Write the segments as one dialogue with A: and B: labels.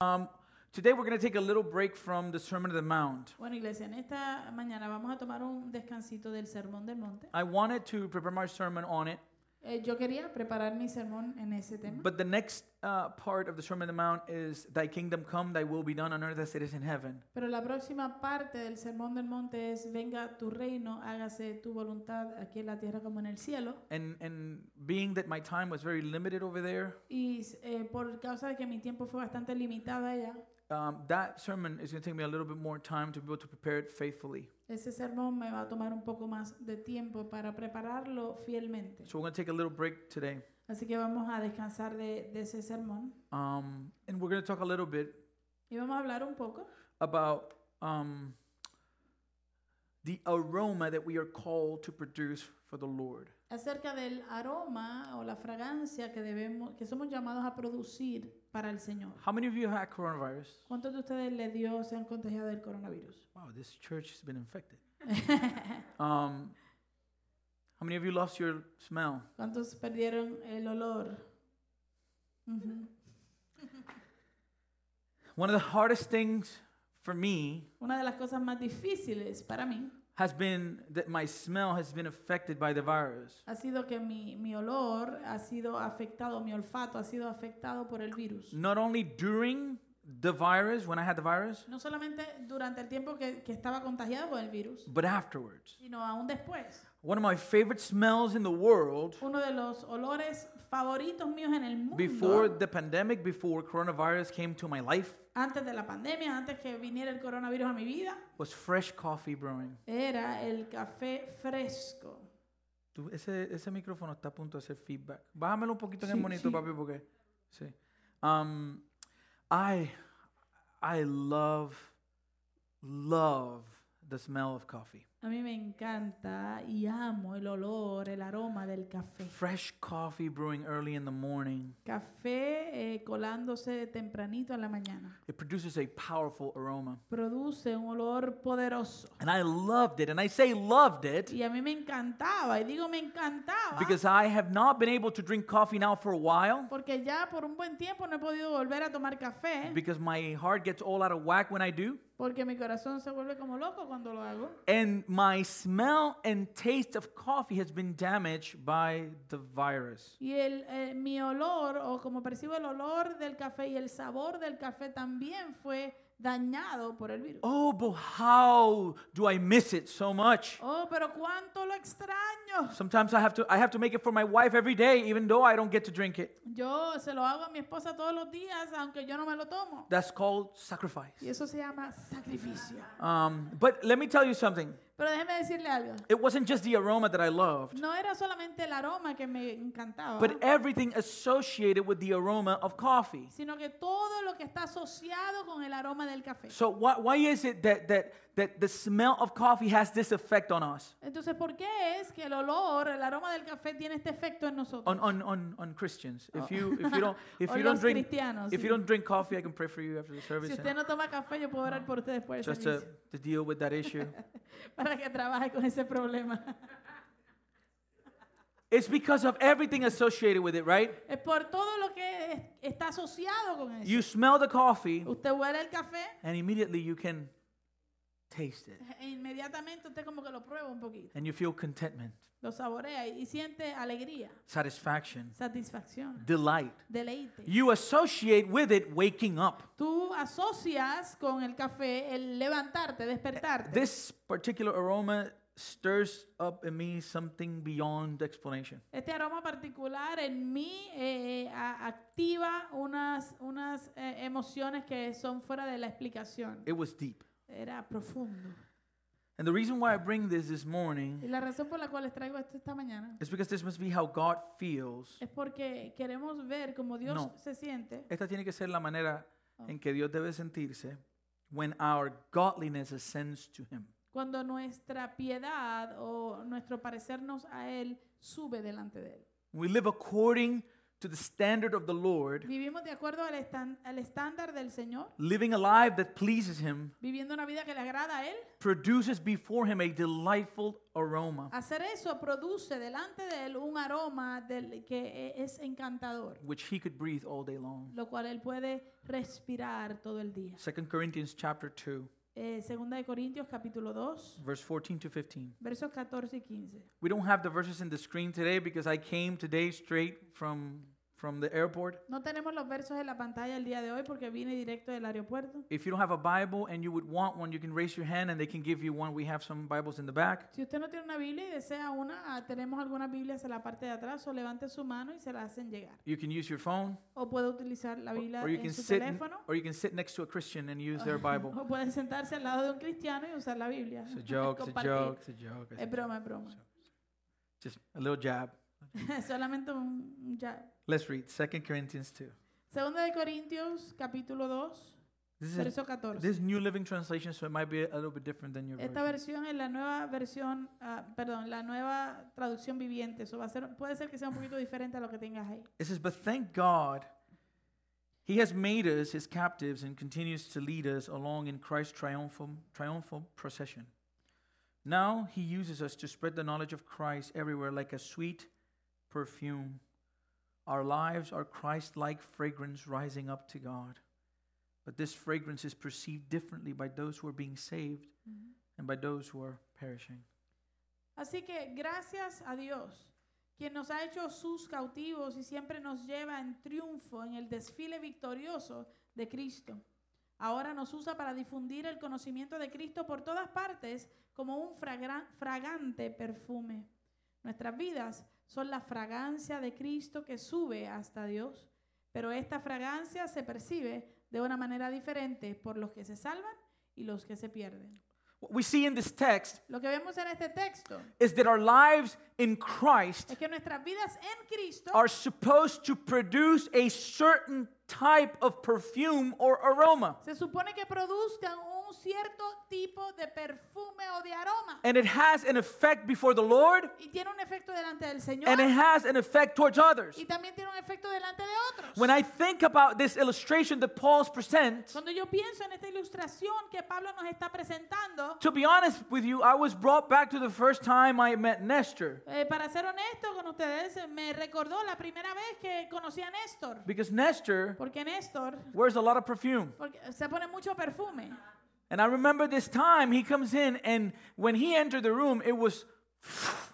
A: Um, today we're going to take a little break from the Sermon on the Mount.
B: Bueno, iglesia, en esta mañana vamos a tomar un descansito del Sermón del Monte.
A: I wanted to prepare my sermon on it,
B: Eh, yo quería preparar mi sermón en ese tema,
A: but the next uh, part of the Sermon on the Mount is Thy kingdom come, thy will be done on earth as it is in heaven.
B: pero la próxima parte del Sermón del Monte es, venga tu reino, hágase tu voluntad aquí en la tierra como en el cielo.
A: And, and being that my time was very limited over there,
B: Y eh, por causa de que mi tiempo fue bastante limitado allá,
A: um, that sermon is going to take me a little bit more time to be able to prepare it faithfully.
B: ese sermón me va a tomar un poco más de tiempo para prepararlo fielmente.
A: So we're going to take a little break today.
B: Así que vamos a descansar de, de ese sermón
A: Um, and we're going to talk a little bit
B: y vamos a hablar un poco
A: about um, the aroma that we are called to produce for the Lord.
B: acerca del aroma o la fragancia que debemos que somos llamados a producir para el Señor.
A: How many of you had coronavirus?
B: ¿Cuántos de ustedes le dio se han contagiado del coronavirus?
A: Wow, this church has been infected. um, how many of you lost your smell?
B: ¿Cuántos perdieron el olor? Ujú.
A: One of the hardest things for me
B: Una de las cosas más difíciles para mí
A: has been that my smell has been affected by the virus.
B: ha sido que mi, mi olor ha sido afectado, mi olfato ha sido afectado por el virus.
A: Not only during the virus, when I had the virus,
B: No solamente durante el tiempo que, que estaba contagiado con el virus,
A: but afterwards.
B: sino aún después.
A: One of my favorite smells in the world
B: Uno de los olores favoritos míos en el mundo.
A: before the pandemic, before coronavirus came to my life,
B: antes de la pandemia, antes que viniera el coronavirus a mi vida,
A: was fresh coffee brewing.
B: era el café fresco.
A: Tú- ese, ese micrófono está a punto de hacer feedback. Bájamelo un poquito en el
B: Sí,
A: monitor,
B: sí.
A: papi, porque. Sí. Um, I, I love, love the smell of coffee.
B: A mí me encanta y amo el olor, el aroma del café.
A: Fresh coffee brewing early in the morning.
B: Café eh, colándose tempranito en la mañana.
A: It produces a powerful aroma.
B: Produce un olor poderoso.
A: And I loved it. And I say loved it
B: Y a mí me encantaba, y digo me encantaba,
A: because I have not been able to drink coffee now for a while
B: porque ya por un buen tiempo no he podido volver a tomar café,
A: because my heart gets all out of whack when I do.
B: porque mi corazón se vuelve como loco cuando lo hago.
A: And my smell and taste of coffee has been damaged by the virus.
B: Y el, eh, mi olor, o como percibo el olor del café y el sabor del café también fue dañado por el virus.
A: Oh, but how do I miss it so much?
B: Oh, pero cuánto lo extraño.
A: Sometimes I have to I have to make it for my wife every day even though I don't get to drink it.
B: Yo se lo hago a mi esposa todos los días, aunque yo no me lo tomo.
A: That's called sacrifice.
B: Y eso se llama sacrificio.
A: Um, but let me tell you something.
B: Pero déjeme decirle algo.
A: It wasn't just the aroma that I loved,
B: No era solamente el aroma que me encantaba,
A: but everything associated with the aroma of coffee.
B: sino que todo lo que está asociado con el aroma del café.
A: So why, why is it that, that that the smell of coffee has this effect on us?
B: Entonces, ¿por qué es que el olor, el aroma del café tiene este efecto en nosotros?
A: on on on, on Christians. If you if you don't if
B: O
A: you don't
B: los
A: drink
B: cristianos,
A: if
B: sí.
A: you don't drink coffee, I can pray for you after the service.
B: Si
A: and
B: usted no toma café, yo puedo orar por usted después del
A: just to,
B: servicio
A: to deal with that issue.
B: para que trabaje con ese problema.
A: it's because of everything associated with it, right?
B: Es por todo lo que es- está asociado con eso.
A: You smell the coffee
B: usted huele el café
A: and immediately you can taste it
B: e inmediatamente usted como que lo prueba un poquito,
A: and you feel contentment,
B: lo saborea y, y siente alegría,
A: satisfaction,
B: satisfacción,
A: delight.
B: deleite.
A: You associate with it waking up.
B: Tú asocias con el café el levantarte, despertarte.
A: This particular aroma stirs up in me something beyond explanation.
B: Este aroma particular en mí eh, a- activa unas, unas eh, emociones que son fuera de la explicación.
A: It was deep.
B: Era profundo.
A: And the reason why I bring this this morning
B: Y la razón por la cual les traigo esto esta mañana
A: It's because this must be how God feels.
B: es porque queremos ver cómo Dios
A: No.
B: se siente.
A: Esta tiene que ser la manera en que Dios debe sentirse when our godliness ascends to him.
B: Cuando nuestra piedad o nuestro parecernos a Él sube delante de Él.
A: We live according to the standard of the Lord,
B: Vivimos de acuerdo al, estan- al estándar del Señor,
A: living a life that pleases Him,
B: viviendo una vida que le agrada a Él.
A: produces before Him a delightful aroma,
B: Hacer eso produce delante de Él un aroma del, que e- es encantador,
A: which He could breathe all day long.
B: lo cual Él puede respirar todo el día.
A: 2 Corinthians chapter 2,
B: Eh, segunda de Corintios capítulo 2,
A: verse 14 to 15.
B: versos 14 y 15.
A: We don't have the verses in the screen today because I came today straight from from the airport.
B: No tenemos los versos en la pantalla el día de hoy porque vine directo del aeropuerto.
A: If you don't have a Bible and you would want one, you can raise your hand and they can give you one. We have some Bibles in the back.
B: Si usted no tiene una Biblia y desea una, ah, tenemos algunas Biblias en la parte de atrás o levante su mano y se la hacen llegar.
A: You can use your phone
B: O puede utilizar la
A: or,
B: Biblia
A: or you can
B: en su
A: sit n-
B: teléfono
A: or you can sit next to a Christian and use their Bible.
B: o puede sentarse al lado de un cristiano y usar la Biblia.
A: It's a joke, it's a
B: Compartir.
A: joke, it's a joke. it's a
B: Es
A: joke.
B: broma, es broma.
A: Just a little jab.
B: Solamente un un ya.
A: Let's read 2 Corinthians 2.
B: Segunda de Corintios, capítulo 2,
A: This is
B: verso
A: this
B: 14.
A: is New Living Translation, so it might be a little bit different than your
B: Esta
A: version.
B: versión es la nueva versión, ah, perdón, la nueva traducción viviente. Eso va a ser, puede ser que sea un poquito diferente a lo que tengas ahí.
A: It says, But thank God he has made us his captives and continues to lead us along in Christ's triumphal, triumphal procession. Now he uses us to spread the knowledge of Christ everywhere like a sweet perfume. Our lives are Christ like fragrance rising up to God. But this fragrance is perceived differently by those who are being saved and by those who are perishing.
B: Así que gracias a Dios, quien nos ha hecho sus cautivos y siempre nos lleva en triunfo en el desfile victorioso de Cristo. Ahora nos usa para difundir el conocimiento de Cristo por todas partes como un fragra- fragante perfume. Nuestras vidas son la fragancia de Cristo que sube hasta Dios, pero esta fragancia se percibe de una manera diferente por los que se salvan y los que se pierden.
A: What we see in this text
B: Lo que vemos en este texto
A: is that our lives in Christ
B: es que nuestras vidas en Cristo
A: are supposed to produce a certain type of perfume or aroma.
B: se supone que produzcan un cierto tipo de perfume o de aroma
A: And it has an effect before the Lord,
B: y tiene un efecto delante del Señor
A: and it has an effect towards others.
B: y también tiene un efecto delante de otros.
A: When I think about this illustration that Paul's presents,
B: Cuando yo pienso en esta ilustración que Pablo nos está presentando,
A: to be honest with you, I was brought back to the first time I met Nestor.
B: eh, para ser honesto con ustedes, eh, me recordó la primera vez que conocí a Néstor,
A: Because Nestor
B: porque Néstor
A: wears a lot of perfume.
B: porque se pone mucho perfume.
A: And I remember this time he comes in, and when he entered the room, it was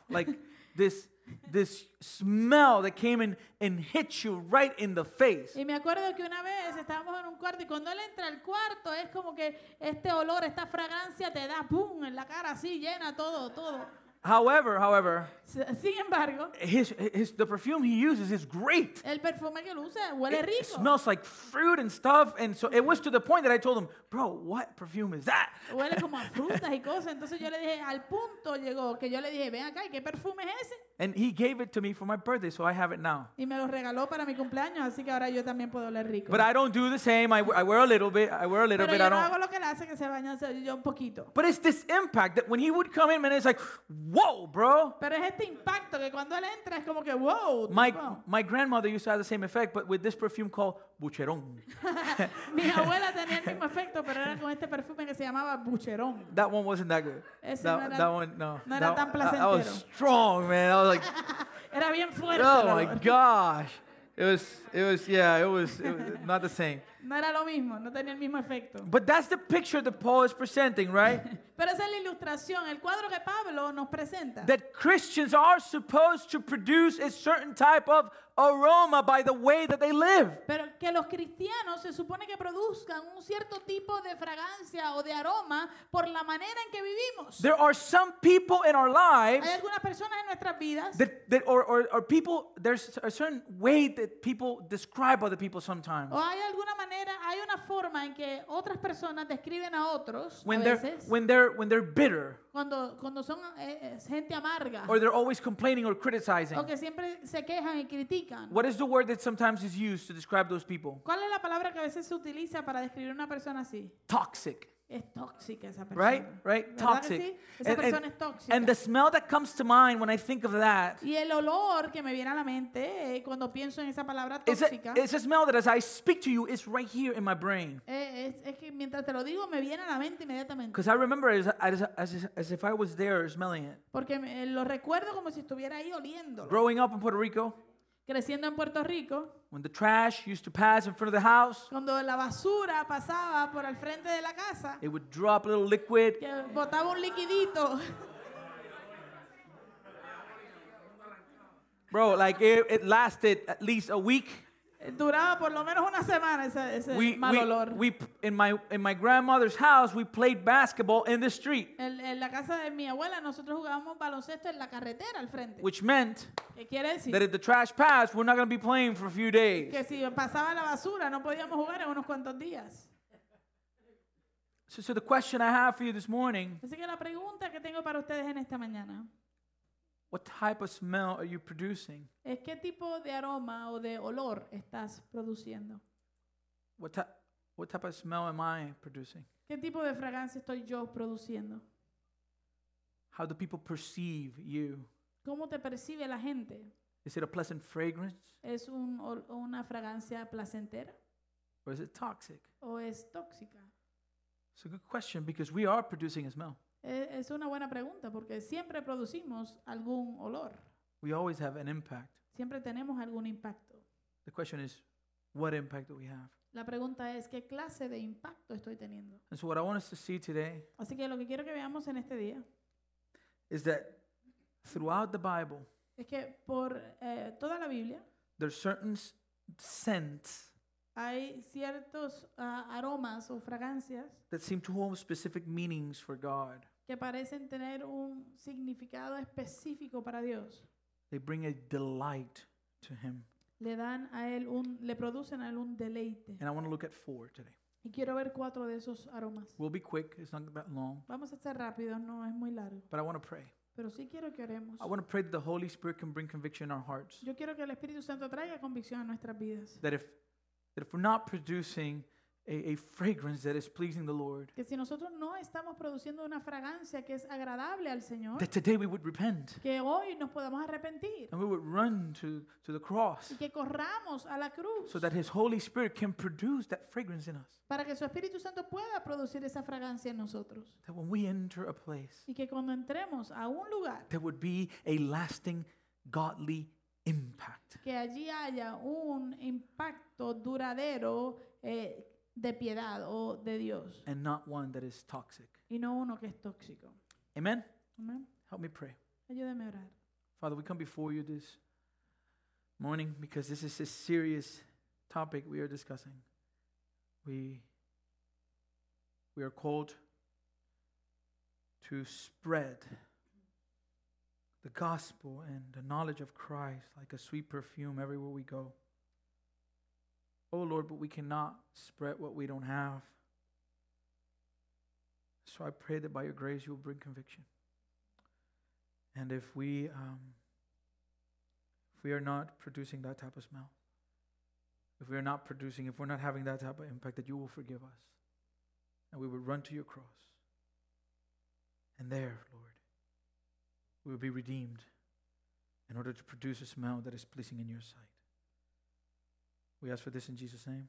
A: like this this smell that came in and hit you right in the face.
B: Y me acuerdo que una vez estábamos en un cuarto y cuando él entra al cuarto es como que este olor, esta fragancia te da ¡pum! en la cara así, llena todo, todo.
A: However, however,
B: S- Sin embargo,
A: his, his the perfume he uses is great.
B: el perfume que él usa huele
A: It, it
B: rico.
A: smells like fruit and stuff, and so it was to the point that I told him, "Bro, what perfume is that?"
B: Huele como a frutas y cosas. Entonces yo le dije, al punto llegó que yo le dije, ven acá, ¿y qué perfume es ese?
A: And he gave it to me for my birthday, so I have it now.
B: Y me lo regaló para mi cumpleaños, así que ahora yo también puedo oler rico.
A: But I don't do the same. I, I wear a little bit. I wear a little
B: Pero
A: bit.
B: yo
A: I
B: no
A: don't.
B: hago lo que le hace que se baña se- yo un poquito.
A: But it's this impact that when he would come in, man, it's like, whoa, bro.
B: Pero es este impacto que cuando él entra es como que, wow.
A: My,
B: tipo.
A: my grandmother used to have the same effect, but with this perfume called Bucheron.
B: Mi abuela tenía el mismo efecto, pero era con este perfume que se llamaba Bucherón.
A: That one wasn't that good.
B: Ese
A: that,
B: no era-
A: that one, no.
B: no
A: that,
B: era tan
A: that- that was
B: placentero.
A: strong, man. I was like,
B: Era bien fuerte. el
A: oh my
B: olor.
A: gosh. It was, it was, yeah, it was, it was not the same.
B: No era lo mismo, no tenía el mismo efecto.
A: But that's the picture that Paul is presenting, right?
B: Pero esa es la ilustración, el cuadro que Pablo nos presenta.
A: that Christians are supposed to produce a certain type of aroma by the way that they live.
B: Pero que los cristianos se supone que produzcan un cierto tipo de fragancia o de aroma por la manera en que vivimos.
A: There are some people in our lives
B: Hay algunas personas en nuestras vidas
A: that, that or, or, or people there's a certain way that people describe other people sometimes
B: o hay alguna manera, hay una forma en que otras personas describen a otros a
A: when they're
B: veces
A: when they're when they're bitter
B: cuando, cuando son eh, eh, gente amarga.
A: or they're always complaining or criticizing
B: o que siempre se quejan y critican.
A: what is the word that sometimes is used to describe those people
B: ¿Cuál es la palabra que a veces se utiliza para describir una persona así?
A: toxic
B: Es tóxica esa persona.
A: Right? Right?
B: ¿Verdad que
A: Toxic.
B: sí?
A: And-
B: Esa
A: and-
B: persona es tóxica.
A: And the smell that comes to mind when I think of that
B: y el olor que me viene a la mente eh, cuando pienso en esa palabra
A: is a,
B: tóxica
A: it's a smell that as I speak to you, it's right here in my brain.
B: eh, es, es que mientras te lo digo me viene a la mente inmediatamente.
A: Because I remember it as, as, as, as if I was there smelling it.
B: Porque me- eh, lo recuerdo como si estuviera ahí oliéndolo.
A: Growing up in Puerto Rico,
B: Creciendo en Puerto Rico,
A: when the trash used to pass in front of the house,
B: cuando la basura pasaba por al frente de la casa,
A: it would drop a little liquid.
B: que botaba un liquidito,
A: Bro, like it, it lasted at least a week.
B: eh, duraba por lo menos una semana ese, ese
A: We,
B: mal
A: we,
B: olor.
A: we p- in my in my grandmother's house, we played basketball in the street,
B: En, en la casa de mi abuela nosotros jugábamos baloncesto en la carretera al frente.
A: which meant
B: ¿Qué quiere decir?
A: that if the trash passed, we're not going to be playing for a few days.
B: Que si pasaba la basura no podíamos jugar en unos cuantos días.
A: So, so the question I have for you this morning,
B: Así que la pregunta que tengo para ustedes en esta mañana
A: what type of smell are you producing?
B: es qué tipo de aroma o de olor estás produciendo.
A: What type what type of smell am I producing?
B: ¿Qué tipo de fragancia estoy yo produciendo?
A: How do people perceive you?
B: ¿Cómo te percibe la gente?
A: Is it a pleasant fragrance
B: ¿Es un ol- una fragancia placentera
A: or is it toxic?
B: o es tóxica?
A: It's a good question because we are producing a smell.
B: E- Es una buena pregunta porque siempre producimos algún olor,
A: We always have an impact.
B: siempre tenemos algún impacto.
A: The question is, what impact do we have?
B: La pregunta es qué clase de impacto estoy teniendo.
A: And so, what I want us to see today
B: Así que lo que quiero que veamos en este día
A: is that throughout the Bible,
B: es que por eh, toda la Biblia
A: there's certain s- scents
B: hay ciertos ah, aromas o fragancias
A: that seem to hold specific meanings for God.
B: que parecen tener un significado específico para Dios.
A: They bring a delight to Him.
B: Le dan a él un, le producen a él un deleite.
A: And I want to look at four today.
B: Y quiero ver cuatro de esos aromas.
A: We'll be quick, it's not that long,
B: Vamos a ser rápidos, no es muy largo,
A: but I want to pray.
B: pero sí quiero que oremos.
A: I want to pray that the Holy Spirit can bring conviction in our hearts.
B: Yo quiero que el Espíritu Santo traiga convicción a nuestras vidas.
A: That if, that if we're not producing a, a fragrance that is pleasing the Lord,
B: Que si nosotros no estamos produciendo una fragancia que es agradable al Señor,
A: that today we would repent
B: que hoy nos podamos arrepentir
A: and we would run to, to the cross
B: y que corramos a la cruz
A: so that His Holy Spirit can produce that fragrance in us.
B: para que su Espíritu Santo pueda producir esa fragancia en nosotros.
A: That when we enter a place,
B: Y que cuando entremos a un lugar,
A: there would be a lasting godly impact.
B: que allí haya un impacto duradero eh, de piedad o de Dios
A: and not one that is toxic.
B: y no uno que es tóxico.
A: Amen?
B: Amén.
A: Help me pray.
B: Ayúdame a orar.
A: Father, we come before you this morning because this is a serious topic we are discussing. We, we are called to spread the gospel and the knowledge of Christ like a sweet perfume everywhere we go. Oh Lord, but we cannot spread what we don't have. So I pray that by your grace you will bring conviction. And if we um, if we are not producing that type of smell, if we are not producing, if we're not having that type of impact, that you will forgive us, and we will run to your cross. And there, Lord, we will be redeemed in order to produce a smell that is pleasing in your sight. We ask for this in Jesus' name.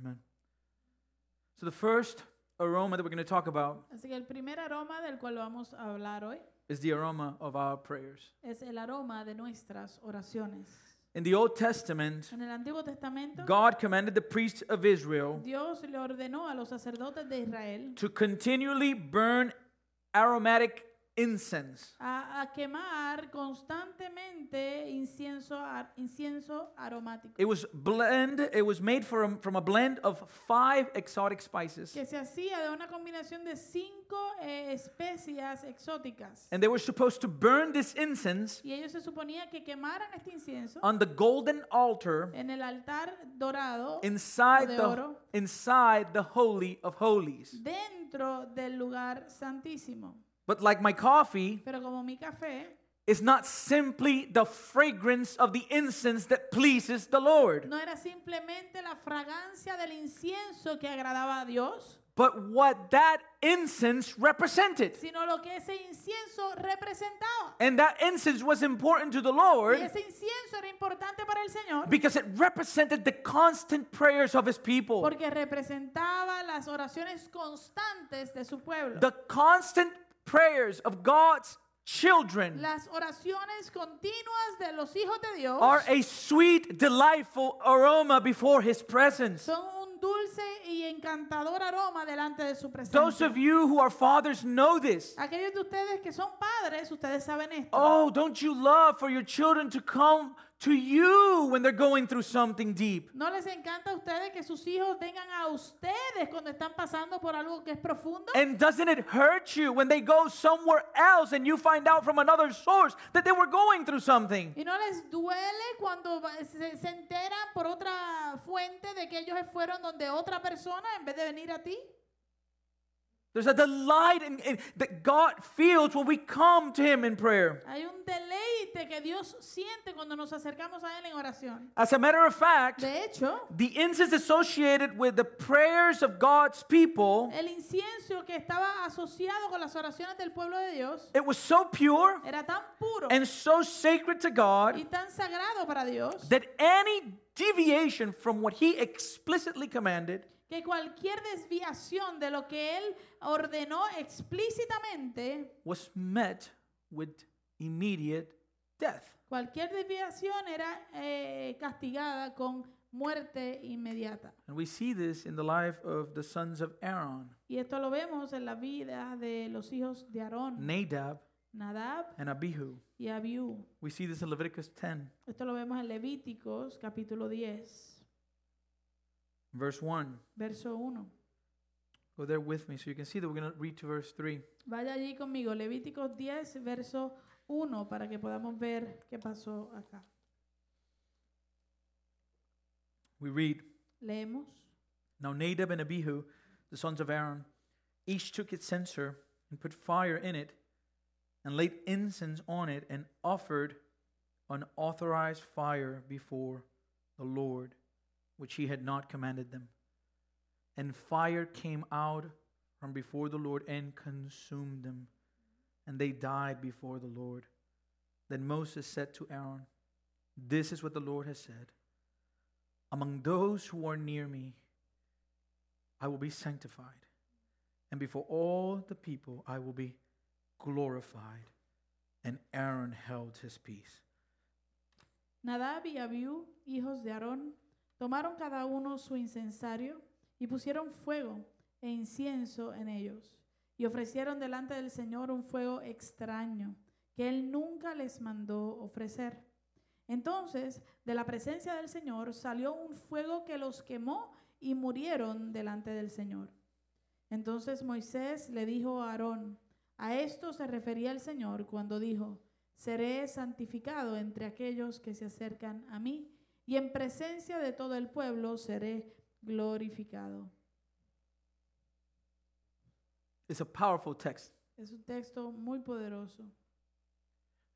A: Amen. So, the first aroma that we're going to talk about
B: Así que el primer aroma del cual vamos a hablar hoy
A: is the aroma of our prayers.
B: es el aroma de nuestras oraciones.
A: In the Old Testament,
B: En el Antiguo Testamento,
A: God commanded the priests of Israel
B: Dios le ordenó a los sacerdotes de Israel
A: to continually burn aromatic incense.
B: a, a quemar constantemente incienso, ar- incienso aromático,
A: It was blend. It was made from, from a blend of five exotic spices,
B: que se hacía de una combinación de cinco eh, especias exóticas.
A: and they were supposed to burn this incense
B: Y ellos se suponía que quemaran este incienso
A: on the golden altar
B: en el altar dorado
A: inside
B: de
A: the
B: oro.
A: inside the holy of holies.
B: dentro del lugar santísimo.
A: But like my coffee,
B: Pero como mi café
A: it's not simply the fragrance of the incense that pleases the Lord.
B: no era simplemente la fragancia del incienso que agradaba a Dios,
A: but what that incense represented.
B: sino lo que ese incienso representaba.
A: And that incense was important to the
B: Y
A: Lord
B: ese incienso era importante para el Señor
A: because it represented the constant prayers of his people.
B: porque representaba las oraciones constantes de su pueblo.
A: The constant prayers of God's children
B: Las oraciones continuas de los hijos de Dios
A: are a sweet, delightful aroma before his presence.
B: son un dulce y encantador aroma delante de su
A: Those
B: presencia.
A: of you who are fathers know this.
B: Aquellos de ustedes que son padres, ustedes saben esto.
A: Oh, don't you love for your children to come to you when they're going through something deep?
B: ¿No les encanta a ustedes que sus hijos vengan a ustedes cuando están pasando por algo que es profundo?
A: And doesn't it hurt you when they go somewhere else and you find out from another source that they were going through something?
B: ¿Y no les duele cuando va- se, se enteran por otra fuente de que ellos fueron donde otra persona en vez de venir a ti?
A: There's a delight in, in- that God feels when we come to Him in prayer.
B: Hay un deleite que Dios siente cuando nos acercamos a Él en oración.
A: As a matter of fact,
B: De hecho,
A: the incense associated with the prayers of God's people,
B: el incienso que estaba asociado con las oraciones del pueblo de Dios
A: it was so pure
B: era tan puro
A: and so sacred to God
B: y tan sagrado para Dios
A: that any deviation from what He explicitly commanded
B: que cualquier desviación de lo que Él ordenó explícitamente,
A: was met with immediate death.
B: cualquier desviación era eh, castigada con muerte inmediata.
A: And we see this in the life of the sons of Aaron,
B: Y esto lo vemos en la vida de los hijos de Aarón,
A: Nadab
B: Nadab
A: and Abihu.
B: y Abiú.
A: We see this in Leviticus 10,
B: Esto lo vemos en Levíticos capítulo 10,
A: verse 1.
B: verso 1.
A: Go there with me so you can see that we're going to read to verse 3.
B: Vaya allí conmigo, Levíticos 10, verso 1, para que podamos ver qué pasó acá.
A: We read
B: Leemos.
A: Now Nadab and Abihu, the sons of Aaron, each took his censer and put fire in it and laid incense on it and offered unauthorized fire before the Lord, which he had not commanded them. And fire came out from before the Lord and consumed them, and they died before the Lord. Then Moses said to Aaron, This is what the Lord has said. Among those who are near me, I will be sanctified, and before all the people I will be glorified. And Aaron held his peace.
B: Nadab y Abiú, hijos de Aarón, tomaron cada uno su incensario y pusieron fuego e incienso en ellos, y ofrecieron delante del Señor un fuego extraño que él nunca les mandó ofrecer. Entonces, de la presencia del Señor salió un fuego que los quemó y murieron delante del Señor. Entonces Moisés le dijo a Aarón, a esto se refería el Señor cuando dijo, seré santificado entre aquellos que se acercan a mí, y en presencia de todo el pueblo seré glorificado.
A: It's a powerful text,
B: Es un texto muy poderoso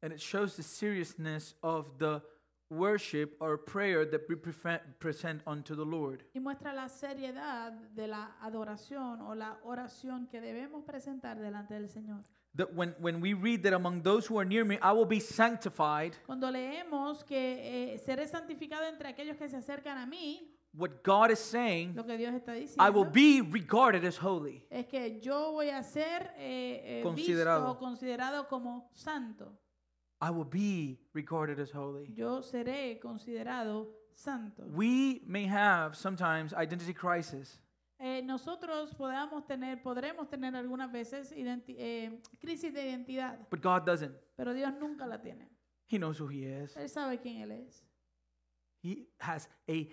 A: and it shows the seriousness of the worship or prayer that we prefe- present unto the Lord.
B: y muestra la seriedad de la adoración o la oración que debemos presentar delante del Señor.
A: That when, when we read that among those who are near me, I will be sanctified,
B: Cuando leemos que eh, seré santificado entre aquellos que se acercan a mí,
A: what God is saying,
B: lo que Dios está
A: I will
B: diciendo
A: be regarded as holy.
B: es que yo voy a ser eh, eh,
A: Considerado.
B: visto o considerado como santo.
A: I will be regarded as holy.
B: Yo seré considerado santo.
A: We may have sometimes identity crisis.
B: Eh, nosotros podamos tener, podremos tener algunas veces identi- eh, crisis de identidad,
A: But God doesn't.
B: pero Dios nunca la tiene.
A: He knows who he is.
B: Él sabe quién Él es.
A: He has a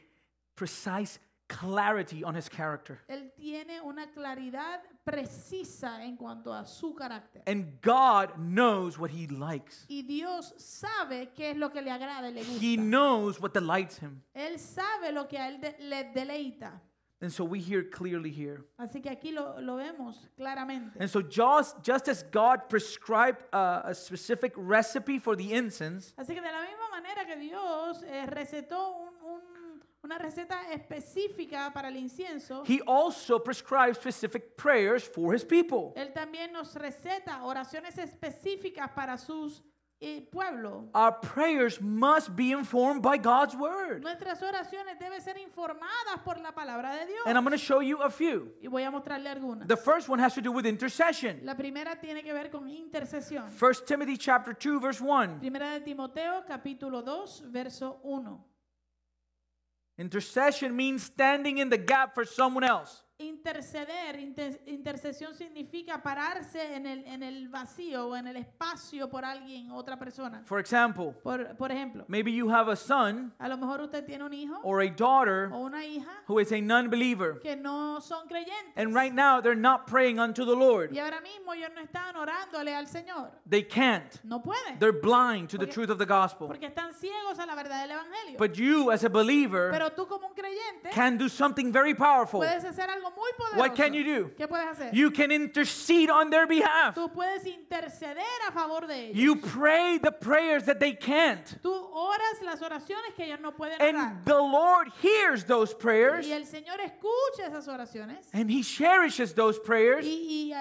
A: precise clarity on his character.
B: Él tiene una claridad precisa en cuanto a su carácter.
A: And God knows what he likes.
B: Y Dios sabe qué es lo que le agrada y le
A: He
B: gusta.
A: knows what delights him.
B: Él sabe lo que a Él de- le deleita.
A: And so we hear clearly here.
B: Así que aquí lo, lo vemos claramente.
A: And so just, just as God prescribed a, a specific recipe for the incense,
B: Así que de la misma manera que Dios eh, recetó un, un- una receta específica para el incienso.
A: He also prescribes specific prayers for his people.
B: Él también nos receta oraciones específicas para sus eh, pueblo.
A: Our prayers must be informed by God's word.
B: Nuestras oraciones deben ser informadas por la palabra de Dios.
A: And I'm going to show you a few.
B: Y voy a mostrarle algunas.
A: The first one has to do with intercession.
B: La primera tiene que ver con intercesión.
A: 1 Timothy chapter 2 verse 1.
B: Primera de Timoteo, capítulo 2, verso 1.
A: Intercession means standing in the gap for someone else.
B: Interceder, inter- intercesión significa pararse en el, en el vacío o en el espacio por alguien, otra persona.
A: For example,
B: Por, por ejemplo,
A: maybe you have a son
B: a lo mejor usted tiene un hijo
A: or a daughter
B: o una hija
A: who is a non-believer.
B: que no son creyentes.
A: And right now they're not praying unto the Lord.
B: y ahora mismo ellos no están orándole al Señor.
A: They can't.
B: No pueden.
A: They're blind to the truth of the gospel.
B: Porque están ciegos a la verdad del Evangelio.
A: But you as a believer
B: Pero tú como un creyente
A: can do something very powerful.
B: puedes hacer algo muy poderoso.
A: What can you do?
B: ¿Qué puedes hacer?
A: You can intercede on their behalf.
B: tú puedes interceder a favor de ellos.
A: You pray the prayers that they can't.
B: tú oras las oraciones que ellos no pueden
A: And
B: orar.
A: the Lord hears those prayers
B: Y el Señor escucha esas oraciones
A: and He cherishes those prayers
B: y, y, eh,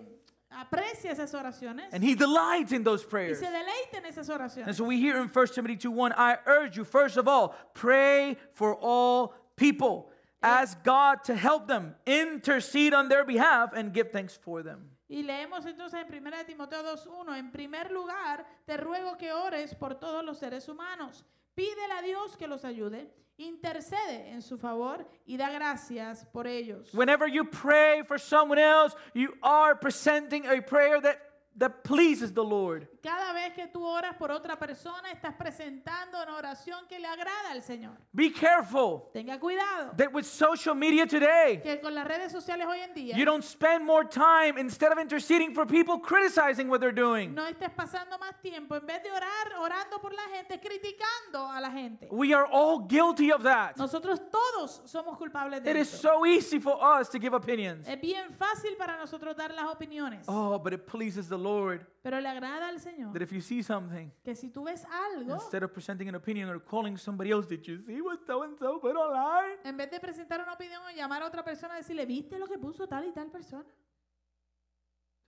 B: eh, aprecia esas oraciones
A: and He delights in those
B: y
A: prayers.
B: se deleita en esas
A: And
B: oraciones.
A: so we hear in 1 Timothy 2 1, I urge you, first of all, pray for all people. Ask God to help them, intercede on their behalf, and give thanks for them.
B: Y leemos entonces en 1 de Timoteo 2.1, en primer lugar, te ruego que ores por todos los seres humanos. Pídele a Dios que los ayude, intercede en su favor y da gracias por ellos.
A: Whenever you pray for someone else, you are presenting a prayer that, that pleases the Lord.
B: Cada vez que tú oras por otra persona, estás presentando una oración que le agrada al Señor.
A: Be careful.
B: Tenga cuidado,
A: that with social media today,
B: que con las redes sociales hoy en día
A: you don't spend more time instead of interceding for people criticizing what they're doing.
B: no estés pasando más tiempo, en vez de orar, orando por la gente, criticando a la gente.
A: We are all guilty of that.
B: Nosotros todos somos culpables de
A: It is
B: eso.
A: so easy for us to give opinions.
B: Es bien fácil para nosotros dar las opiniones,
A: Oh, but it pleases the Lord
B: pero le agrada al
A: that
B: Señor
A: if you see something,
B: que si tú ves algo,
A: instead of presenting an opinion or calling somebody else, did you see what so and so put online?
B: en vez de presentar una opinión o llamar a otra persona y decirle, ¿viste lo que puso tal y tal persona?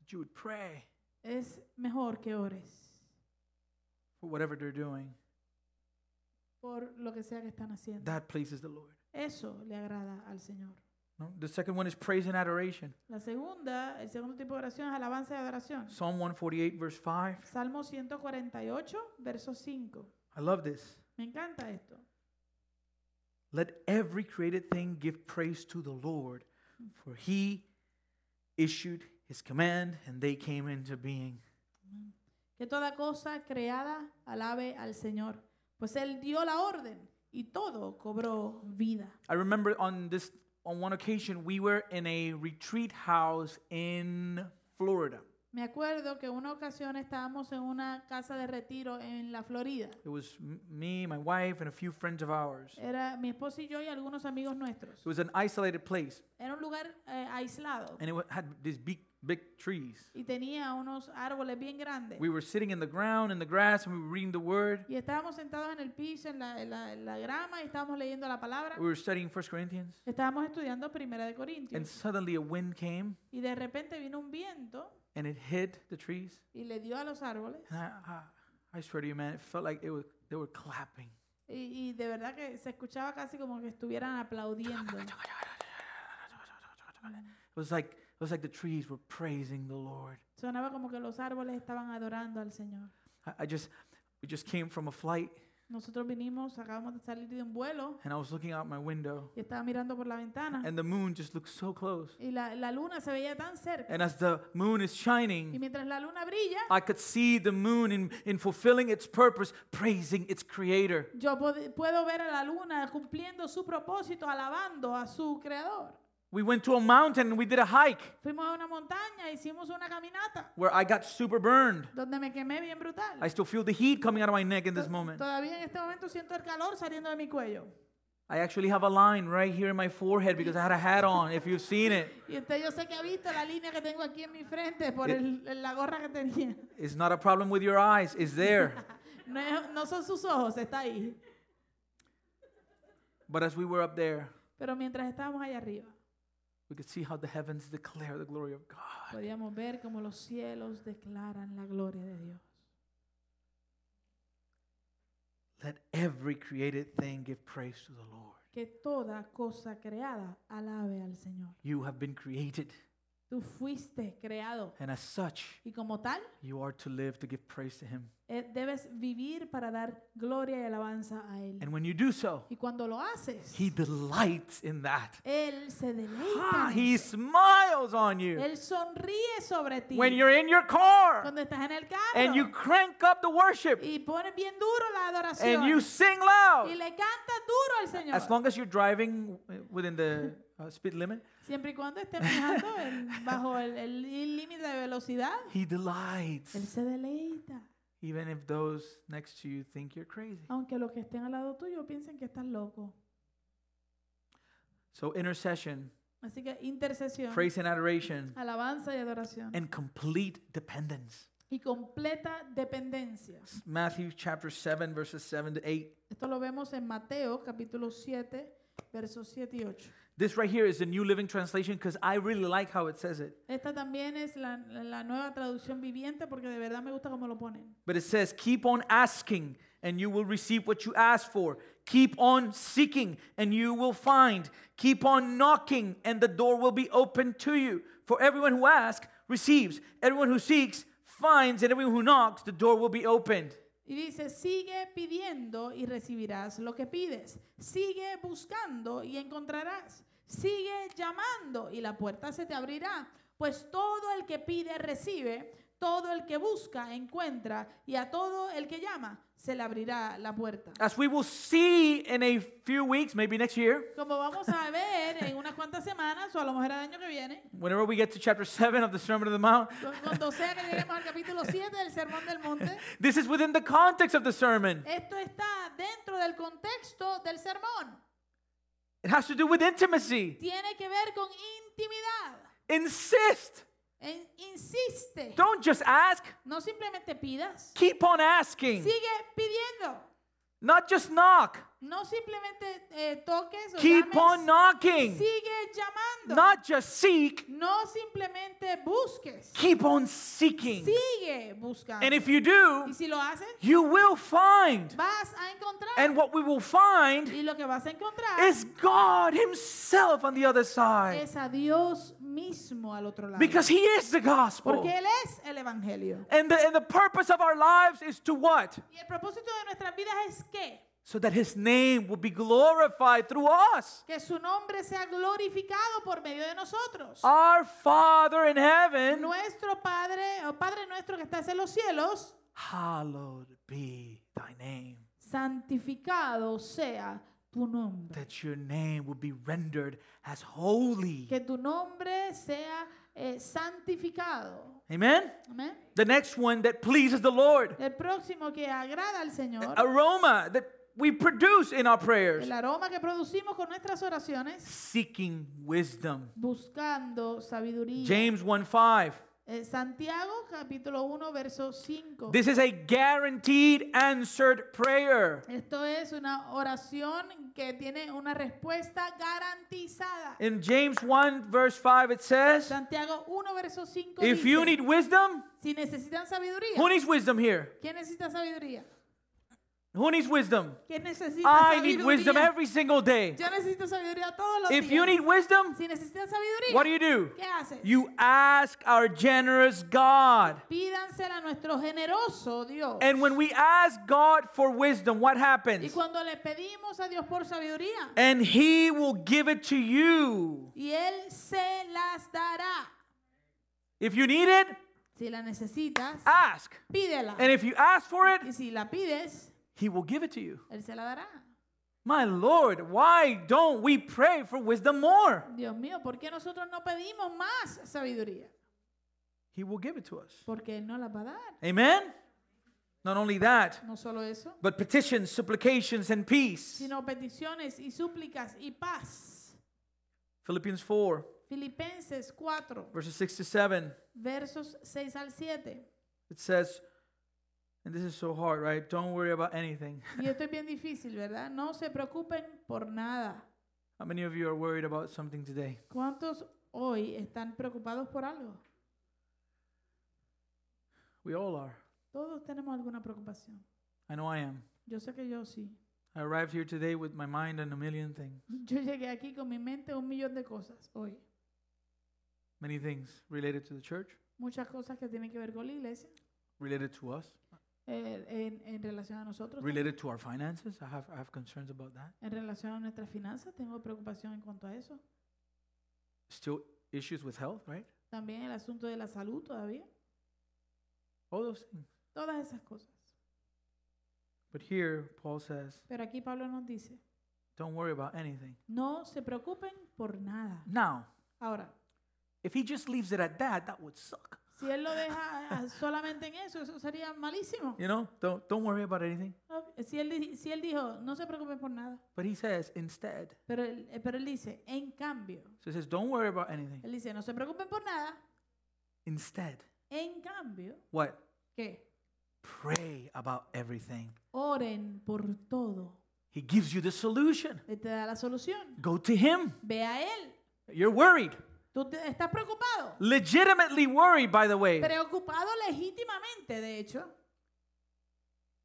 A: That you would pray
B: Es mejor que ores
A: for whatever they're doing.
B: por lo que sea que están haciendo.
A: That pleases the Lord.
B: Eso le agrada al Señor.
A: No? The second one is praise and adoration.
B: La segunda, el segundo tipo de oración es alabanza y adoración.
A: Psalm 148, verse 5.
B: Salmo 148, verso 5.
A: I love this.
B: Me encanta esto.
A: Let every created thing give praise to the Lord, for he issued his command and they came into being.
B: Que toda cosa creada alabe al Señor, pues Él dio la orden y todo cobró vida.
A: I remember on this on one occasion we were in a retreat house in Florida.
B: Me acuerdo que una ocasión estábamos en una casa de retiro en la Florida.
A: It was m- me, my wife, and a few friends of ours. It
B: Era mi esposo y yo y algunos amigos nuestros.
A: was an isolated place
B: Era un lugar eh, aislado
A: and it wa- had these big big trees.
B: y tenía unos árboles bien grandes.
A: We were sitting in the ground in the grass and we were reading the word.
B: Y estábamos sentados en el piso, en la, en la- en la grama, y estábamos leyendo la palabra.
A: We were studying 1 Corinthians
B: Estábamos estudiando Primera de
A: and
B: Corintios.
A: suddenly a wind came
B: Y de repente vino un viento
A: and it hit the trees.
B: y le dio a los árboles.
A: And I, I, I swear to you, man, it felt like it was they were clapping.
B: Y, y de verdad que se escuchaba casi como que estuvieran aplaudiendo.
A: It was like it was like the trees were praising the Lord.
B: Sonaba como que los árboles estaban adorando al Señor.
A: I, I just we just came from a flight,
B: Nosotros vinimos, acabamos de salir de un vuelo
A: and I was looking out my window,
B: y estaba mirando por la ventana.
A: and the moon just looked so close.
B: Y la, la luna se veía tan cerca.
A: And as the moon is
B: Y
A: shining,
B: mientras la luna brilla,
A: I could see the moon in, in fulfilling its purpose, praising its creator.
B: yo pod- puedo ver a la luna cumpliendo su propósito, alabando a su creador.
A: We went to a mountain and we did a hike
B: Fuimos a una montaña, hicimos una caminata
A: where I got super burned.
B: donde me quemé bien brutal.
A: I still feel the heat coming out of my neck in this moment.
B: Todavía en este momento siento el calor saliendo de mi cuello.
A: I actually have a line right here in my forehead because I had a hat on, if you've seen it.
B: Y usted yo sé que ha visto la línea que tengo aquí en mi frente por
A: Eh.
B: el- el- la gorra que tenía.
A: It's not a problem with your eyes, it's there.
B: No, es- no son sus ojos, está ahí.
A: But as we were up there,
B: Pero mientras estábamos allá arriba,
A: we could see how the heavens declare the glory of God.
B: podíamos ver cómo los cielos declaran la gloria de Dios.
A: Let every created thing give praise to the Lord.
B: Que toda cosa creada alabe al Señor.
A: You have been created,
B: Tú fuiste creado
A: and as such,
B: y como tal
A: you are to live to give praise to Him.
B: eh, debes vivir para dar gloria y alabanza a Él.
A: And when you do so,
B: Y cuando lo haces,
A: He delights in that.
B: Él se
A: Ah,
B: deleita. en
A: he
B: eso.
A: smiles on you
B: Él sonríe sobre ti.
A: when you're in your car
B: cuando estás en el
A: and you
B: carro
A: crank up the worship
B: y pones bien duro la adoración
A: and you sing
B: y
A: loud.
B: le cantas duro al
A: As
B: Señor.
A: long as you're driving uh, within the uh, speed limit,
B: Siempre y cuando estés manejando el- bajo el- el límite de velocidad,
A: He delights,
B: Él se deleita.
A: even if those next to you think you're crazy.
B: Aunque los que estén al lado tuyo piensen que estás loco.
A: So, intercession,
B: Así que intercesión,
A: praise and adoration,
B: alabanza y adoración
A: and complete dependence.
B: y completa dependencia.
A: S- Matthew chapter 7, verses 7 to 8.
B: Esto lo vemos en Mateo capítulo 7, versos 7 y 8.
A: This right here is the New Living Translation because I really like how it says it.
B: Esta también es la, la nueva traducción viviente porque de verdad me gusta cómo lo ponen.
A: But it says, keep on asking and you will receive what you ask for. Keep on seeking and you will find. Keep on knocking and the door will be open to you. For everyone who asks receives. Everyone who seeks finds. And everyone who knocks, the door will be opened.
B: Y dice, sigue pidiendo y recibirás lo que pides. Sigue buscando y encontrarás. Sigue llamando y la puerta se te abrirá. Pues todo el que pide recibe, todo el que busca encuentra y a todo el que llama se le abrirá la puerta.
A: As we will see in a few weeks, maybe next year,
B: Como vamos a ver en unas cuantas semanas o a lo mejor el año que viene,
A: whenever we get to chapter 7 of the Sermon on the Mount,
B: cu- cuando sea que lleguemos al capítulo 7 del Sermón del Monte,
A: this is within the context of the sermon.
B: esto está dentro del contexto del sermón.
A: It has to do with intimacy.
B: tiene que ver con intimidad.
A: Insist.
B: En- insiste.
A: Don't just ask,
B: No simplemente pidas.
A: keep on asking.
B: Sigue pidiendo.
A: Not just knock.
B: No simplemente eh, toques o
A: Keep on
B: llames.
A: knocking.
B: Sigue llamando.
A: Not just seek.
B: no simplemente busques.
A: Keep on seeking.
B: Sigue buscando.
A: And if you
B: y
A: do,
B: si lo haces,
A: you will find.
B: vas a encontrar.
A: And what we will find
B: y lo que vas a encontrar
A: is God Himself on the other side.
B: es a Dios mismo al otro lado.
A: Because He is the gospel.
B: porque Él es el Evangelio.
A: And the, and the purpose of our lives is to what?
B: Y el propósito de nuestras vidas es que,
A: So that His name will be glorified through us.
B: que su nombre sea glorificado por medio de nosotros.
A: Our Father in heaven,
B: Nuestro Padre, o Padre nuestro que estás en los cielos,
A: hallowed be thy name.
B: santificado sea tu nombre.
A: that your name will be rendered as holy.
B: Que tu nombre sea eh, santificado.
A: Amen.
B: Amén.
A: The next one that pleases the Lord,
B: El próximo que agrada al Señor,
A: aroma that we produce in our prayers,
B: el aroma que producimos con nuestras oraciones,
A: seeking wisdom.
B: buscando sabiduría.
A: James 1 5.
B: Eh, Santiago capítulo 1, verso 5.
A: This is a guaranteed answered prayer.
B: Esto es una oración que tiene una respuesta garantizada.
A: In James 1 verse 5, it says,
B: Santiago 1, verso 5.
A: If
B: dice,
A: you need wisdom,
B: Si necesitan sabiduría,
A: who needs wisdom here?
B: ¿quién necesita sabiduría?
A: Who needs wisdom?
B: ¿Quién necesita
A: I
B: sabiduría?
A: need wisdom every single day.
B: Yo necesito sabiduría todos los
A: If
B: días.
A: you need wisdom,
B: si necesitan sabiduría,
A: what do you do?
B: ¿qué haces?
A: You ask our generous God.
B: Pídansela a nuestro generoso Dios.
A: And when we ask God for wisdom, what
B: y
A: happens?
B: cuando le pedimos a Dios por sabiduría,
A: And He will give it to you.
B: y Él se las dará.
A: If you need it,
B: Si la necesitas,
A: ask.
B: pídela.
A: Ah. And if you ask for it,
B: y si la pides,
A: He will give it to you.
B: Él se la dará.
A: My Lord, why don't we pray for wisdom more?
B: Dios mío, ¿por qué nosotros no pedimos más sabiduría?
A: He will give it to us.
B: Porque Él no la va a dar.
A: Amen? Not only that,
B: No solo eso,
A: but petitions, supplications, and peace.
B: sino peticiones y súplicas y paz.
A: Philippians 4,
B: Filipenses 4,
A: verses 6 to 7,
B: versos 6 al 7.
A: it says, And this is so hard, right? Don't worry about anything.
B: Y esto es bien difícil, ¿verdad? No se preocupen por nada.
A: How many of you are worried about something today?
B: ¿Cuántos hoy están preocupados por algo?
A: We all are.
B: Todos tenemos alguna preocupación.
A: I know I am.
B: Yo sé que yo sí.
A: I arrived here today with my mind on a million things,
B: Yo llegué aquí con mi mente un millón de cosas hoy.
A: many things related to the church,
B: Muchas cosas que tienen que ver con la iglesia,
A: related to us,
B: eh, en, en relación a nosotros,
A: related to our finances. I have, I have concerns about that.
B: en relación a nuestras finanzas, tengo preocupación en cuanto a eso.
A: Still issues with health, right?
B: También el asunto de la salud todavía.
A: All those things.
B: Todas esas cosas.
A: But here, Paul says,
B: Pero aquí Pablo nos dice,
A: don't worry about anything.
B: no se preocupen por nada.
A: Now,
B: Ahora,
A: if he just leaves it at that, that would suck.
B: si él lo deja a- solamente en eso, eso sería malísimo.
A: You know, don't, don't worry about anything.
B: No, Si él, di- si él dijo, no se preocupen por nada.
A: But he says, instead,
B: Pero él, eh, pero él dice, en cambio,
A: so he says, don't worry about anything.
B: él dice, no se preocupen por nada.
A: Instead,
B: En cambio,
A: what?
B: ¿qué?
A: Pray about everything.
B: Oren por todo.
A: He gives you the solution.
B: Él te da la solución.
A: Go to him.
B: Ve a él.
A: You're worried.
B: Tú te- estás preocupado.
A: Legitimately worried, by the way.
B: Preocupado legítimamente, de hecho.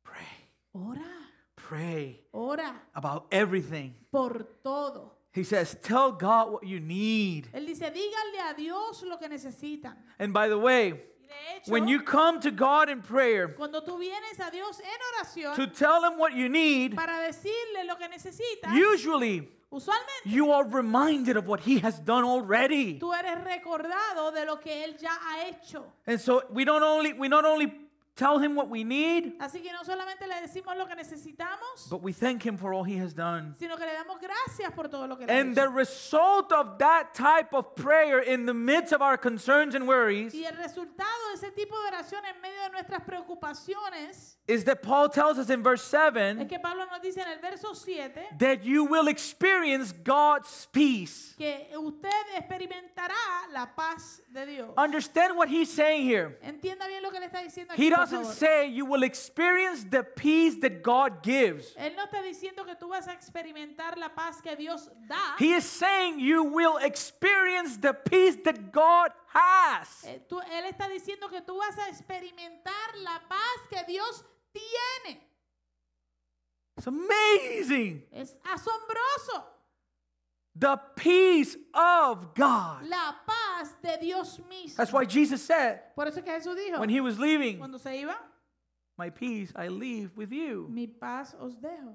A: Pray.
B: Ora,
A: Pray
B: ora
A: about everything.
B: por todo.
A: He says, tell God what you need.
B: Él dice, díganle a Dios lo que necesitan.
A: And by the way,
B: Y de hecho,
A: when you come to God in prayer
B: cuando tú vienes a Dios en oración
A: to tell him what you need,
B: para decirle lo que necesitas,
A: usually
B: usualmente
A: you are reminded of what he has done already.
B: tú eres recordado de lo que Él ya ha hecho.
A: And so we don't only we not only tell him what we need,
B: Así que no solamente le decimos lo que necesitamos,
A: but we thank him for all he has done.
B: sino que le damos gracias por todo lo que Él ha
A: And
B: hecho.
A: the result of that type of prayer in the midst of our concerns and worries
B: Y el resultado de ese tipo de oración en medio de nuestras preocupaciones
A: is that Paul tells us in verse
B: es
A: 7
B: que Pablo nos dice en el verso 7
A: that you will experience God's peace.
B: que usted experimentará la paz de Dios.
A: Understand what he's saying here.
B: Entienda bien lo que le está diciendo aquí.
A: He
B: por
A: doesn't
B: favor.
A: say you will experience the peace that God gives.
B: Él no está diciendo que tú vas a experimentar la paz que Dios da.
A: He is saying you will experience the peace that God has.
B: Eh, tú- él está diciendo que tú vas a experimentar la paz que Dios tiene.
A: It's amazing.
B: Es asombroso.
A: The peace of God.
B: La paz de Dios mismo.
A: That's why Jesus said
B: Por eso es que Jesús dijo,
A: when he was leaving,
B: cuando se iba,
A: My peace I leave with you,
B: mi paz os dejo.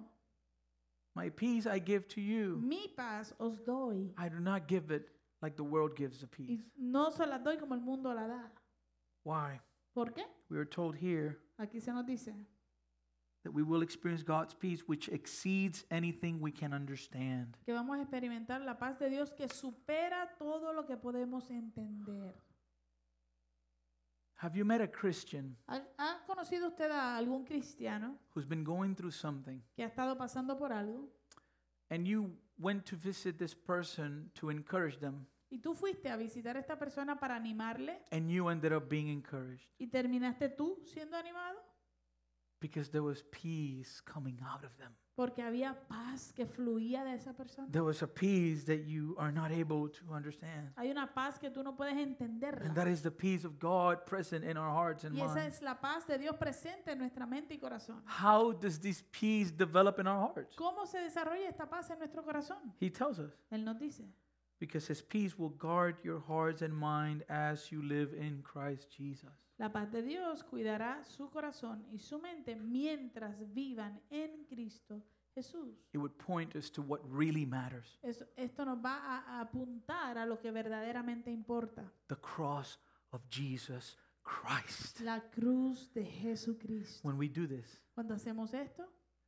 A: my peace I give to you.
B: Mi paz os doy.
A: I do not give it like the world gives the peace.
B: Y no se las doy como el mundo la da.
A: Why?
B: ¿Por qué?
A: We are told here
B: Aquí se nos dice
A: that we will experience God's peace, which exceeds anything we can understand.
B: que vamos a experimentar la paz de Dios que supera todo lo que podemos entender.
A: Have you met a Christian
B: ¿Ha, ha conocido usted a algún cristiano
A: who's been going through something
B: que ha estado pasando por algo?
A: and you went to visit this person to encourage them
B: Y tú fuiste a visitar a esta persona para animarle
A: and you ended up being encouraged
B: y terminaste tú siendo animado
A: because there was peace coming out of them?
B: porque había paz que fluía de esa persona.
A: There was a peace that you are not able to understand.
B: Hay una paz que tú no puedes
A: And that
B: entenderla.
A: is the peace of God present in our hearts and
B: Y esa
A: minds.
B: es la paz de Dios presente en nuestra mente y corazón.
A: How does this peace develop in our hearts?
B: ¿Cómo se desarrolla esta paz en nuestro corazón?
A: He tells us
B: Él nos dice,
A: because his peace will guard your hearts and mind as you live in Christ Jesus.
B: la paz de Dios cuidará su corazón y su mente mientras vivan en Cristo Jesús.
A: It would point us to what really matters
B: Eso- esto nos va a, a apuntar a lo que verdaderamente importa,
A: the cross of Jesus Christ.
B: la cruz de Jesucristo.
A: When we do this,
B: Cuando hacemos esto,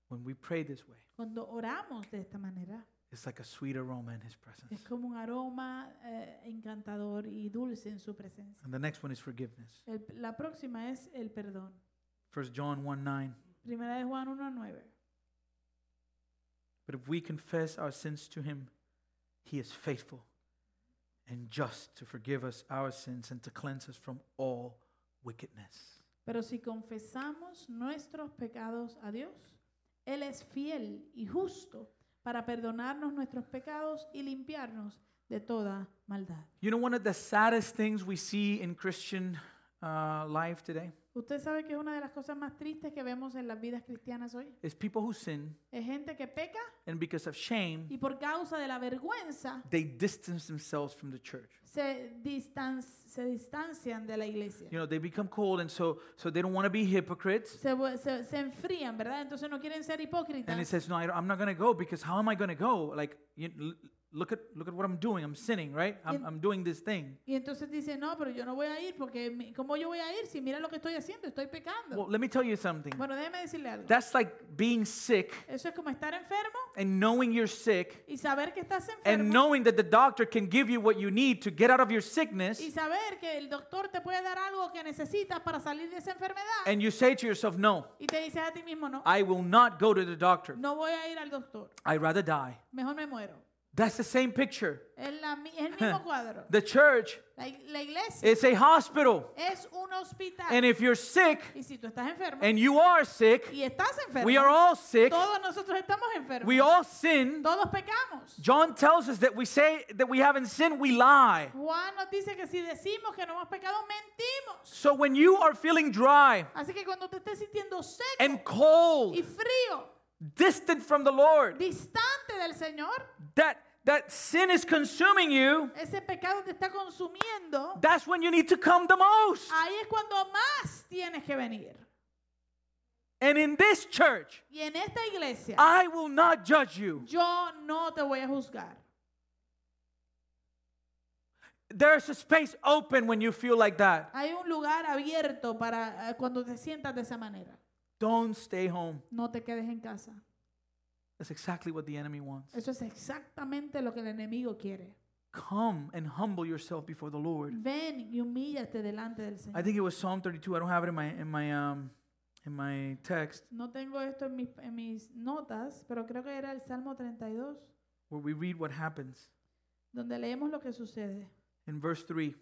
A: when we pray this way,
B: cuando oramos de esta manera,
A: it's like a sweet aroma in his presence.
B: es como un aroma eh, encantador y dulce en su presencia.
A: And the next one is forgiveness.
B: El- la próxima es el perdón.
A: First John 1 9.
B: Primera de Juan 1.9.
A: But if we confess our sins to him, he is faithful and just to forgive us our sins and to cleanse us from all wickedness.
B: Pero si confesamos nuestros pecados a Dios, Él es fiel y justo para perdonarnos nuestros pecados y limpiarnos de toda maldad.
A: You know, one of the saddest things we see in Christian uh, life today
B: Usted sabe que es una de las cosas más tristes que vemos en las vidas cristianas hoy.
A: is people who sin,
B: Es gente que peca
A: and because of shame,
B: y por causa de la vergüenza
A: they distance themselves from the church.
B: se, distan- se distancian de la iglesia.
A: You know, they become cold, and so, so they don't want to be hypocrites.
B: Se, vu- se- se enfrían, ¿verdad? Entonces no quieren
A: And
B: ser
A: it
B: hipócritas.
A: says, no, I don't- I'm not going to go because how am I going to go? Like, you, l- look at look at what I'm doing. I'm sinning, right? I'm,
B: Yeah.
A: I'm doing this thing.
B: Y entonces dicen, no, pero yo no voy a ir porque, mi- ¿cómo yo voy a ir si mira lo que estoy haciendo? Estoy pecando.
A: Well, let me tell you something.
B: bueno, déjeme decirle algo.
A: That's like being sick
B: Eso es como estar enfermo
A: and knowing you're sick
B: y saber que estás
A: and
B: enfermo
A: knowing that the doctor can give you what you need to get out of your sickness.
B: y saber que el doctor te puede dar algo que necesitas para salir de esa enfermedad
A: And you say to yourself, no,
B: y te dices a ti mismo, no,
A: I will not go to the doctor.
B: no voy a ir al doctor,
A: I'd rather die.
B: mejor me muero.
A: That's the same picture.
B: Es, la mi- es el mismo cuadro.
A: The church
B: La, ig- la iglesia
A: is a hospital.
B: es un hospital
A: And if you're sick
B: y si tú estás enfermo
A: and you are sick,
B: y estás
A: we are
B: enfermo,
A: all sick.
B: todos nosotros estamos enfermos,
A: We all sin.
B: todos pecamos.
A: John tells us that we say that we haven't sinned, we lie.
B: Juan nos dice que si decimos que no hemos pecado, mentimos.
A: So when you are feeling dry
B: Así que cuando te estés sintiendo seco
A: and cold,
B: y frío,
A: distant from the Lord,
B: distante del Señor,
A: that that sin is consuming you,
B: ese pecado te está consumiendo,
A: that's when you need to come the most.
B: ahí es cuando más tienes que venir.
A: And in this church,
B: Y en esta iglesia,
A: I will not judge you.
B: yo no te voy a juzgar.
A: There's a space open when you feel like that.
B: Hay un lugar abierto para eh, cuando te sientas de esa manera.
A: Don't stay home.
B: No te quedes en casa.
A: That's exactly what the enemy wants.
B: Eso es exactamente lo que el enemigo quiere.
A: Come and humble yourself before the Lord.
B: Ven y humíllate delante del
A: I
B: Señor.
A: think it was Psalm 32. I don't have it in my in my um in my text
B: No tengo esto en mis, en mis notas, pero creo que era el Salmo 32,
A: where we read what happens
B: donde leemos lo que sucede
A: in verse 3.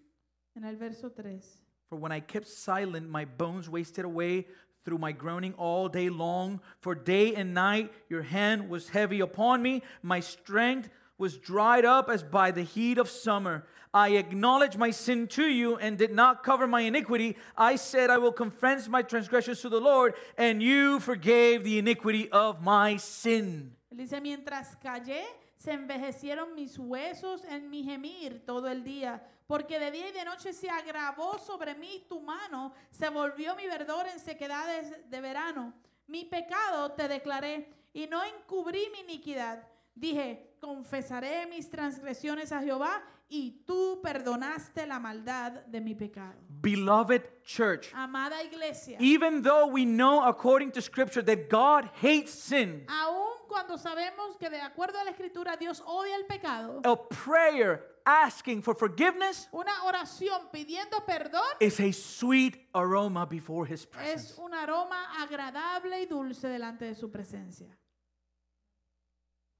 B: en el verso 3.
A: For when I kept silent, my bones wasted away through my groaning all day long. For day and night your hand was heavy upon me. My strength was dried up as by the heat of summer. I acknowledged my sin to you and did not cover my iniquity. I said, I will confess my transgressions to the Lord, and you forgave the iniquity of my sin.
B: Él dice, mientras callé, se envejecieron mis huesos en mi gemir todo el día, porque de día y de noche se agravó sobre mí tu mano, se volvió mi verdor en sequedades de verano. Mi pecado te declaré y no encubrí mi iniquidad. Dije, confesaré mis transgresiones a Jehová y tú perdonaste la maldad de mi pecado.
A: Beloved church,
B: Amada iglesia,
A: even though we know according to scripture that God hates sin,
B: aun cuando sabemos que de acuerdo a la escritura Dios odia el pecado,
A: a prayer asking for forgiveness
B: Una oración pidiendo perdón
A: is a sweet aroma before his
B: es
A: presence.
B: un aroma agradable y dulce delante de su presencia.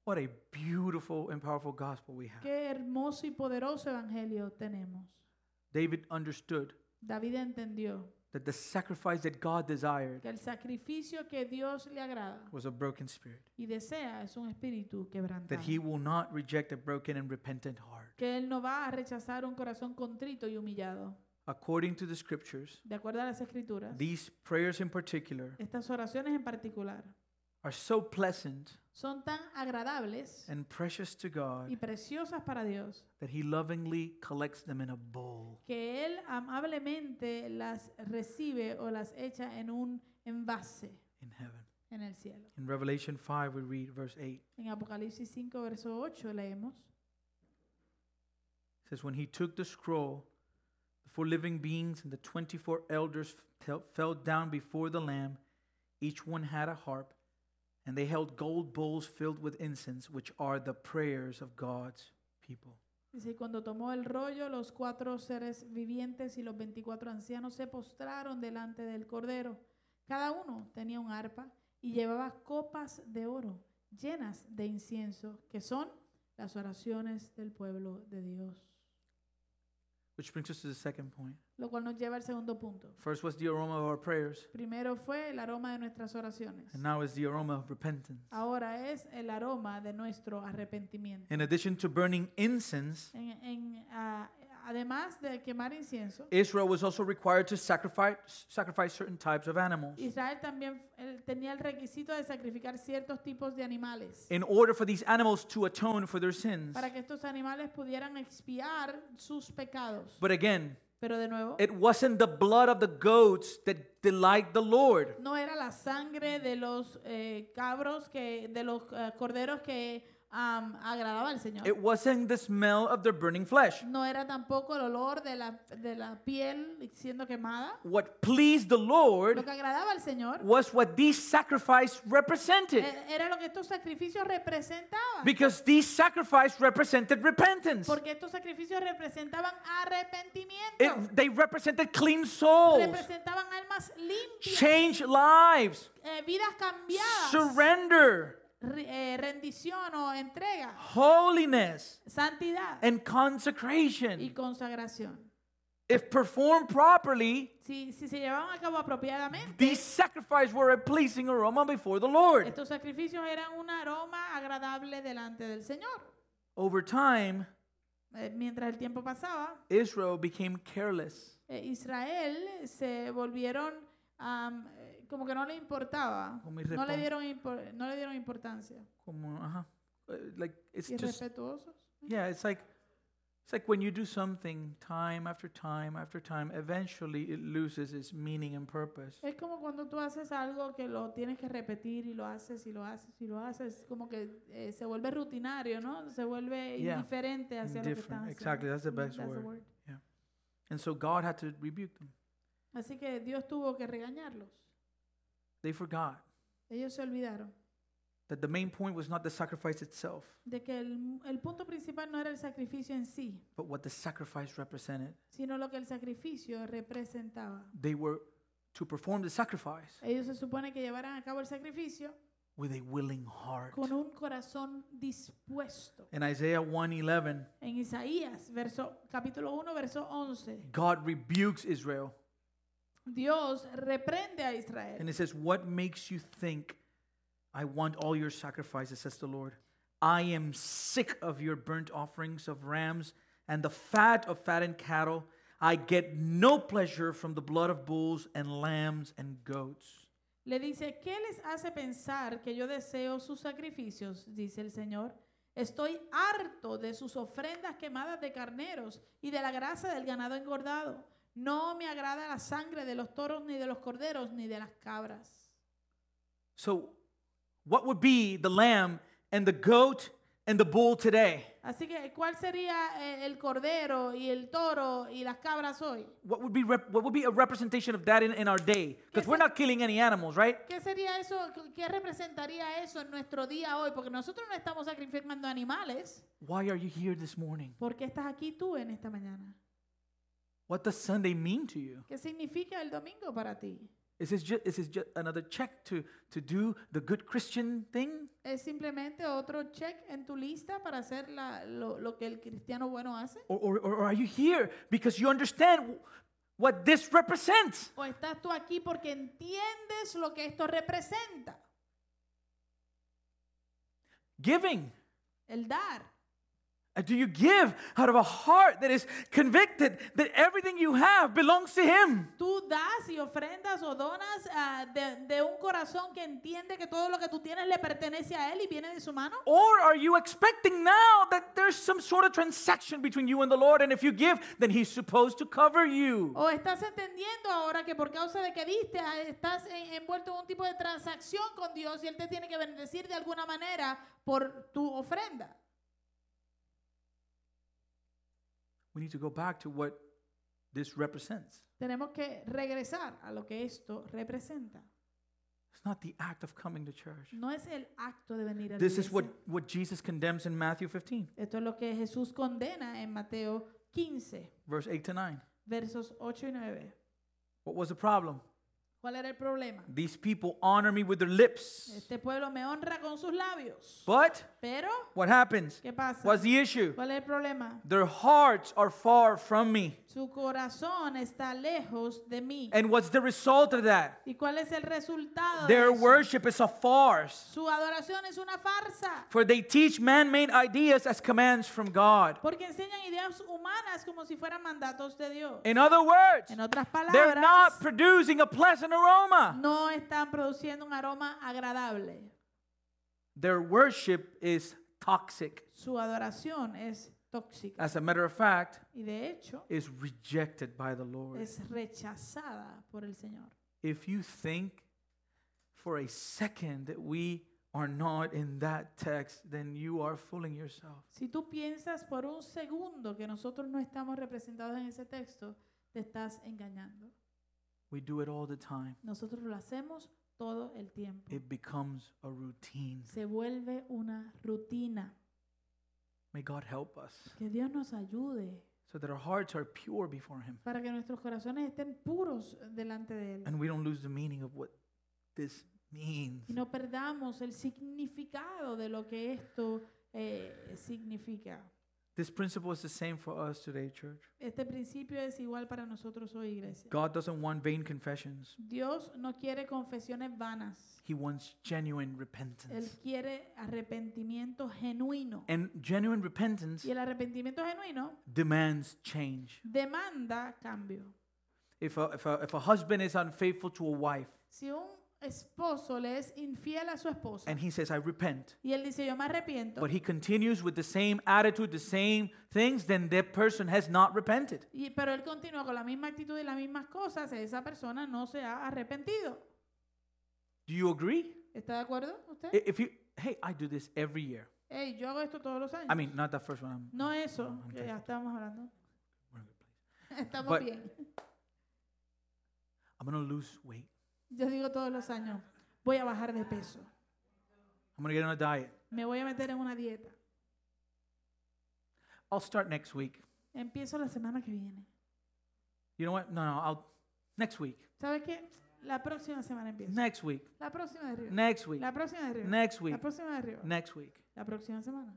A: What a beautiful and powerful gospel we have.
B: Qué hermoso y poderoso evangelio tenemos.
A: David understood
B: David entendió
A: that the sacrifice that God desired
B: que el sacrificio que Dios le agrada
A: was a broken spirit,
B: y desea es un espíritu
A: that
B: quebrantado.
A: he will not reject a broken and repentant heart.
B: Que Él no va a rechazar un corazón contrito y humillado.
A: According to the scriptures,
B: De acuerdo a las escrituras,
A: these prayers in particular
B: estas oraciones en particular
A: are so pleasant
B: son tan agradables
A: and precious to
B: y
A: God
B: preciosas para Dios
A: that he lovingly collects them in a bowl.
B: que él amablemente las recibe o las echa en un envase
A: In heaven.
B: en el cielo.
A: In Revelation 5, we read verse 8.
B: En Apocalipsis 5, verso 8 leemos,
A: It says when he took the scroll the four living beings and the 24 elders fell- fell down before the lamb each one had a harp and they held gold bowls filled with incense which are the prayers of god's people
B: dice, "Y cuando tomó el rollo, los cuatro seres vivientes y los 24 ancianos se postraron delante del cordero. Cada uno tenía un arpa y llevaba copas de oro llenas de incienso, que son las oraciones del pueblo de Dios.
A: Which brings us to the second point.
B: lo cual nos lleva al segundo punto.
A: First was the aroma of our prayers,
B: Primero fue el aroma de nuestras oraciones.
A: and now is the aroma of repentance.
B: Ahora es el aroma de nuestro arrepentimiento.
A: In addition to burning incense,
B: En, en, ah, además de quemar incienso,
A: Israel was also required to sacrifice, sacrifice certain types of animals.
B: Israel también él tenía el requisito de sacrificar ciertos tipos de animales
A: In order for these animals to atone for their sins.
B: para que estos animales pudieran expiar sus pecados.
A: But again,
B: Pero de nuevo,
A: it wasn't the blood of the goats that delight the Lord.
B: no era la sangre de los eh, cabros que de los eh, corderos que am, agradaba al Señor.
A: It wasn't the smell of their burning flesh.
B: no era tampoco el olor de la, de la piel siendo quemada.
A: What pleased the Lord
B: Lo que agradaba al Señor
A: was what these sacrifices represented.
B: e- era lo que estos sacrificios representaban.
A: Because these sacrifices represented repentance.
B: Porque estos sacrificios representaban arrepentimiento.
A: It, they represented clean souls,
B: Representaban almas limpias,
A: changed lives,
B: eh, vidas cambiadas,
A: surrender,
B: re- eh, rendición o entrega,
A: holiness,
B: santidad
A: and
B: y
A: consecration.
B: consagración.
A: If performed properly,
B: Si, si se llevaban a cabo apropiadamente,
A: these sacrifices were a pleasing aroma before the Lord.
B: estos sacrificios eran un aroma agradable delante del Señor.
A: Over time,
B: Eh, mientras el tiempo pasaba,
A: Israel became careless.
B: eh, Israel se volvieron am, eh, como que no le importaba,
A: Como
B: no le
A: irrespon-
B: dieron impor- no le dieron importancia,
A: Como, ajá, uh, like it's just
B: irrespetuosos.
A: yeah, it's like it's like when you do something time after time after time, eventually it loses its meaning and purpose.
B: Es como cuando tú haces algo que lo tienes que repetir y lo haces y lo haces y lo haces, como que eh, se vuelve rutinario, ¿no? Se vuelve
A: Yeah.
B: indiferente hacia lo que
A: Indifferent,
B: estás haciendo.
A: exactly, that's the
B: Mm,
A: best
B: that's the
A: word. And so God had to rebuke them.
B: Así que Dios tuvo que regañarlos.
A: They forgot
B: Ellos se olvidaron
A: that the main point was not the sacrifice itself,
B: de que el, el punto principal no era el sacrificio en sí,
A: but what the sacrifice represented.
B: sino lo que el sacrificio representaba.
A: They were to perform the sacrifice
B: Ellos se supone que llevaran a cabo el sacrificio
A: with a willing heart.
B: con un corazón dispuesto.
A: In Isaiah 1:11,
B: En Isaías, verso, capítulo 1, verso 11,
A: God rebukes Israel
B: Dios reprende a Israel.
A: and it says, "What makes you think I want all your sacrifices?" says the Lord. "I am sick of your burnt offerings of rams and the fat of fattened cattle. I get no pleasure from the blood of bulls and lambs and goats."
B: Le dice, ¿qué les hace pensar que yo deseo sus sacrificios? Dice el Señor. Estoy harto de sus ofrendas quemadas de carneros y de la grasa del ganado engordado. No me agrada la sangre de los toros, ni de los corderos, ni de las cabras.
A: So, what would be the lamb and the goat and the bull today?
B: Así que, ¿cuál sería eh, el cordero y el toro y las cabras hoy?
A: What would be rep- what would be a representation of that in, in our day? Because we're not killing any animals, right?
B: ¿Qué sería eso? ¿Qué representaría eso en nuestro día hoy? Porque nosotros no estamos sacrificando animales.
A: Why are you here this morning?
B: ¿Por qué estás aquí tú en esta mañana?
A: What does Sunday mean to you?
B: ¿Qué significa el domingo para ti?
A: Is this just, is this just another check to, to do the good Christian thing?
B: ¿Es simplemente otro check en tu lista para hacer la- lo, lo que el cristiano bueno hace?
A: Or, or, or are you here because you understand what this represents?
B: ¿O estás tú aquí porque entiendes lo que esto representa?
A: Giving.
B: El dar.
A: Uh, Do you give out of a heart that is convicted that everything you have belongs to Him?
B: Tú das y ofrendas o donas ah, de, de un corazón que entiende que todo lo que tú tienes le pertenece a Él y viene de su mano.
A: Or are you expecting now that there's some sort of transaction between you and the Lord, and if you give, then He's supposed to cover you?
B: ¿O estás entendiendo ahora que por causa de que diste ah, estás en- envuelto en un tipo de transacción con Dios y Él te tiene que bendecir de alguna manera por tu ofrenda?
A: We need to go back to what this represents.
B: Tenemos que regresar a lo que esto representa.
A: It's not the act of coming to church.
B: No es el acto de venir a la
A: This is what,
B: iglesia.
A: what Jesus condemns in Matthew 15,
B: Esto es lo que Jesús condena en Mateo 15,
A: verse 8 to 9.
B: versos 8 y 9.
A: What was the problem?
B: ¿Cuál era el problema?
A: These people honor me with their lips.
B: Este pueblo me honra con sus labios.
A: But
B: Pero,
A: what happens?
B: ¿qué pasa?
A: What's the issue?
B: ¿Cuál es el problema?
A: Their hearts are far from me.
B: Su corazón está lejos de mí.
A: And what's the result of that?
B: ¿Y cuál es el resultado? de
A: Their
B: eso?
A: worship is a farce,
B: Su adoración es una farsa.
A: for they teach man made ideas as commands from God.
B: Porque enseñan ideas humanas como si fueran mandatos de Dios.
A: In other words,
B: En otras
A: they're not
B: palabras,
A: producing a pleasant aroma.
B: no están produciendo un aroma agradable.
A: Their worship is toxic.
B: Su adoración es tóxica.
A: As a matter of fact,
B: Y de hecho,
A: is rejected by the Lord.
B: es rechazada por el Señor.
A: If you think for a second that we are not in that text, then you are fooling yourself.
B: Si tú piensas por un segundo que nosotros no estamos representados en ese texto, te estás engañando.
A: We do it all the time.
B: Nosotros lo hacemos todo el tiempo.
A: It becomes a routine.
B: Se vuelve una rutina.
A: May God help us
B: Que Dios nos ayude
A: so that our hearts are pure before Him
B: para que nuestros corazones estén puros delante de Él
A: and we don't lose the meaning of what this means.
B: y no perdamos el significado de lo que esto eh, significa.
A: This principle is the same for us today, church.
B: Este principio es igual para nosotros hoy, iglesia.
A: God doesn't want vain confessions,
B: Dios no quiere confesiones vanas.
A: He wants genuine
B: Él
A: repentance.
B: quiere arrepentimiento genuino.
A: And genuine repentance
B: Y el arrepentimiento genuino
A: demands change.
B: demanda cambio.
A: If a, if, a, if a husband is unfaithful to a wife
B: Si un esposo le es infiel a su esposa
A: and Pues he says, I repent,
B: y él dice yo me arrepiento,
A: but he continues with the same attitude, the same things, then that person has not repented.
B: y, pero él continúa con la misma actitud y las mismas cosas, esa persona no se ha arrepentido.
A: Do you agree?
B: ¿Está de acuerdo usted?
A: I- If you, hey, I do this every year.
B: Ey, yo hago esto todos los años.
A: I mean, not that first one. I'm-
B: no eso,
A: I'm
B: que ya
A: just-
B: estábamos hablando. Estamos
A: But-
B: bien.
A: I'm going to lose weight.
B: Yo digo todos los años, voy a bajar de peso,
A: I'm going to get on a diet.
B: me voy a meter en una dieta.
A: I'll start next week.
B: Empiezo la semana que viene.
A: You know what? No, no, I'll, next week.
B: ¿Sabes qué? La próxima semana empiezo.
A: Next week.
B: La próxima de arriba.
A: Next week.
B: La próxima de arriba.
A: Next week.
B: La próxima de arriba.
A: Next week.
B: La próxima semana.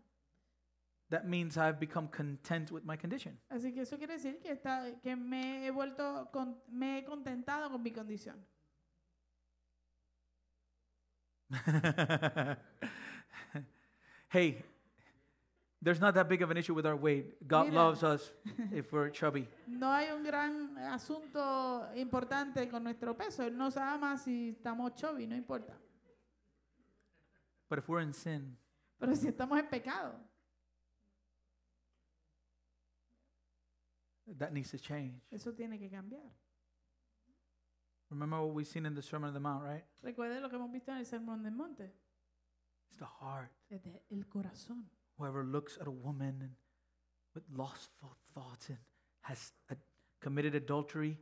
A: That means I've become content with my condition.
B: Así que eso quiere decir que, está, que me he vuelto, con- me he contentado con mi condición.
A: hey, there's not that big of an issue with our weight. God
B: Mira.
A: loves us if we're chubby.
B: No hay un gran asunto importante con nuestro peso. Él nos ama si estamos chovi, no importa.
A: But if we're in sin,
B: Pero si estamos en pecado,
A: that needs to change.
B: eso tiene que cambiar.
A: Remember what we've seen in the Sermon on the Mount, right?
B: Recuerden lo que hemos visto en el Sermón del Monte.
A: It's the heart.
B: Desde el corazón.
A: Whoever looks at a woman and with lustful thoughts and has uh, committed adultery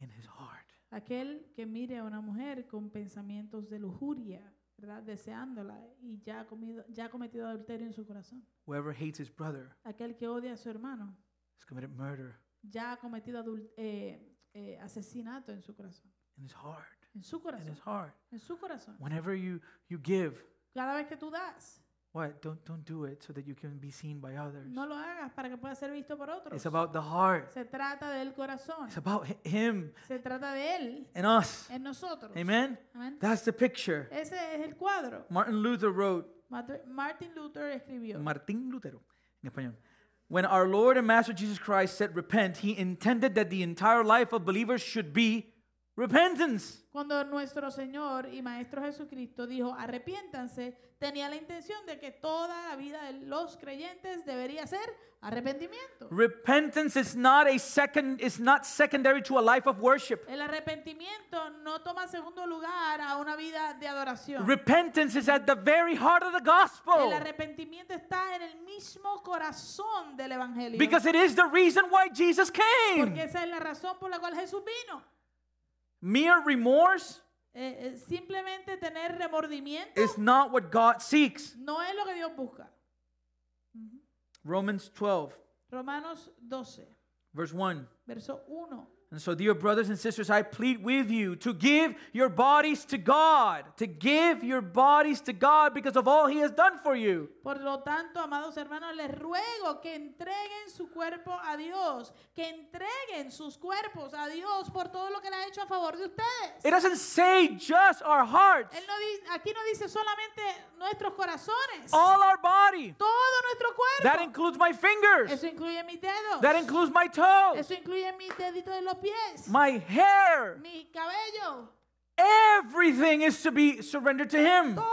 A: in his heart.
B: Aquel que mire a una mujer con pensamientos de lujuria, ¿verdad? Deseándola y ya ha, comido- ya ha cometido adulterio en su corazón.
A: Whoever hates his brother
B: Aquel que odia a su hermano,
A: has committed murder
B: ya ha cometido adul- eh, eh, asesinato en su corazón.
A: in his heart.
B: En su
A: In
B: corazón.
A: his heart.
B: En su corazón.
A: Whenever you, you give,
B: Cada vez que tú das,
A: What? Don't don't do it so that you can be seen by others.
B: no lo hagas para que pueda ser visto por otros.
A: It's about the heart.
B: Se trata del corazón.
A: It's about hi- him
B: Se trata de Él
A: and us.
B: en nosotros.
A: Amen.
B: Amén.
A: That's the picture.
B: Ese es el cuadro.
A: Martin Luther wrote.
B: Mart- Martin Luther escribió.
A: Martín Lutero. En español. When our Lord and Master Jesus Christ said repent, he intended that the entire life of believers should be repentance.
B: Cuando nuestro Señor y Maestro Jesucristo dijo, arrepiéntanse, tenía la intención de que toda la vida de los creyentes debería ser arrepentimiento.
A: Repentance is not a second is not secondary to a life of worship.
B: El arrepentimiento no toma segundo lugar a una vida de adoración.
A: Repentance is at the very heart of the
B: El
A: gospel.
B: arrepentimiento está en el mismo corazón del Evangelio.
A: Because it is the reason why Jesus came.
B: porque esa es la razón por la cual Jesús vino.
A: Mere remorse
B: Eh, eh, simplemente tener remordimiento
A: is not what God seeks.
B: no es lo que Dios busca.
A: Romans 12,
B: Romanos 12,
A: verse 1.
B: verso 1.
A: And so, dear brothers and sisters, I plead with you to give your bodies to God, to give your bodies to God because of all He has done for you.
B: Por lo tanto, amados hermanos, les ruego que entreguen su cuerpo a Dios, que entreguen sus cuerpos a Dios por todo lo que Él ha hecho a favor de ustedes.
A: It doesn't say just our hearts,
B: Él no di- aquí no dice solamente nuestros corazones,
A: all our body.
B: todo nuestro
A: Oh. That
B: cuerpo.
A: includes my fingers,
B: Eso incluye mis dedos,
A: that includes my toes,
B: eso incluye mis deditos de los pies,
A: my hair.
B: mi cabello.
A: Everything is to be surrendered to Him.
B: Todo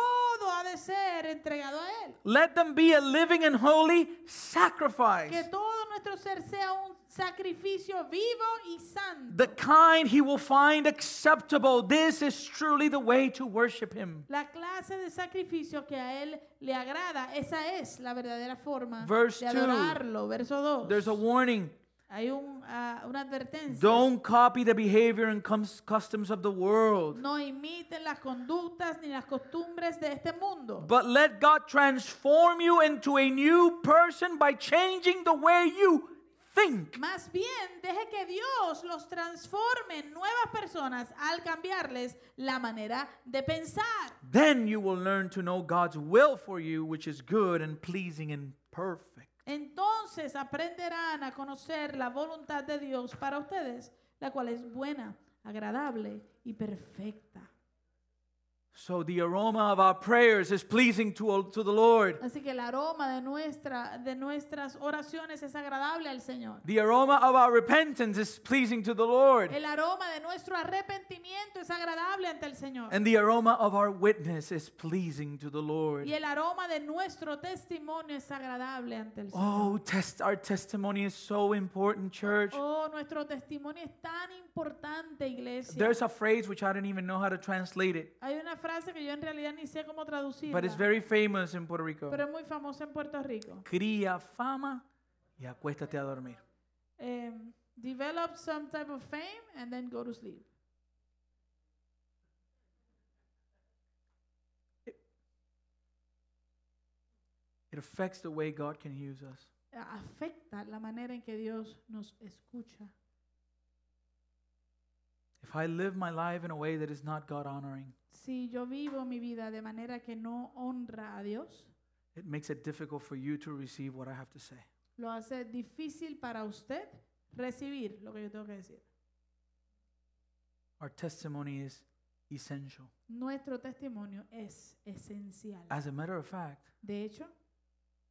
B: ha de ser entregado a Él.
A: Let them be a living and holy sacrifice,
B: Que todo nuestro ser sea un sacrificio vivo y santo.
A: the kind He will find acceptable. This is truly the way to worship Him.
B: La clase de sacrificio que a Él le agrada, esa es la verdadera forma
A: Verse
B: de
A: two.
B: adorarlo. Verso 2.
A: There's a warning.
B: Hay un, ah, una advertencia.
A: Don't copy the behavior and cums- customs of the world,
B: No imiten las conductas ni las costumbres de este mundo,
A: but let God transform you into a new person by changing the way you think.
B: Más bien, deje que Dios los transforme en nuevas personas al cambiarles la manera de pensar.
A: Then you will learn to know God's will for you, which is good and pleasing and perfect.
B: Entonces aprenderán a conocer la voluntad de Dios para ustedes, la cual es buena, agradable y perfecta.
A: So the aroma of our prayers is pleasing to, to the Lord.
B: Así que el aroma de, nuestra, de nuestras oraciones es agradable al Señor.
A: The aroma of our repentance is pleasing to the Lord.
B: El aroma de nuestro arrepentimiento es agradable ante el Señor.
A: And the aroma of our witness is pleasing to the Lord.
B: Y el aroma de nuestro testimonio es agradable ante el Señor.
A: Oh, test our testimony is so important, church.
B: Oh, nuestro testimonio es tan importante, iglesia.
A: There's a phrase which I don't even know how to translate it,
B: Hay una frase que yo en realidad ni sé cómo traducirla,
A: but it's very famous in Puerto Rico.
B: pero es muy famosa en Puerto Rico.
A: Cría fama y acuéstate a dormir.
B: Em, develop some type of fame and then go to sleep.
A: It affects the way God can use us.
B: A- Afecta la manera en que Dios nos escucha.
A: If I live my life in a way that is not God honoring,
B: Si yo vivo mi vida de manera que no honra a Dios,
A: it makes it difficult for you to receive what I have to say.
B: lo hace difícil para usted recibir lo que yo tengo que decir.
A: Our testimony is essential.
B: Nuestro testimonio es esencial.
A: As a matter of fact,
B: De hecho,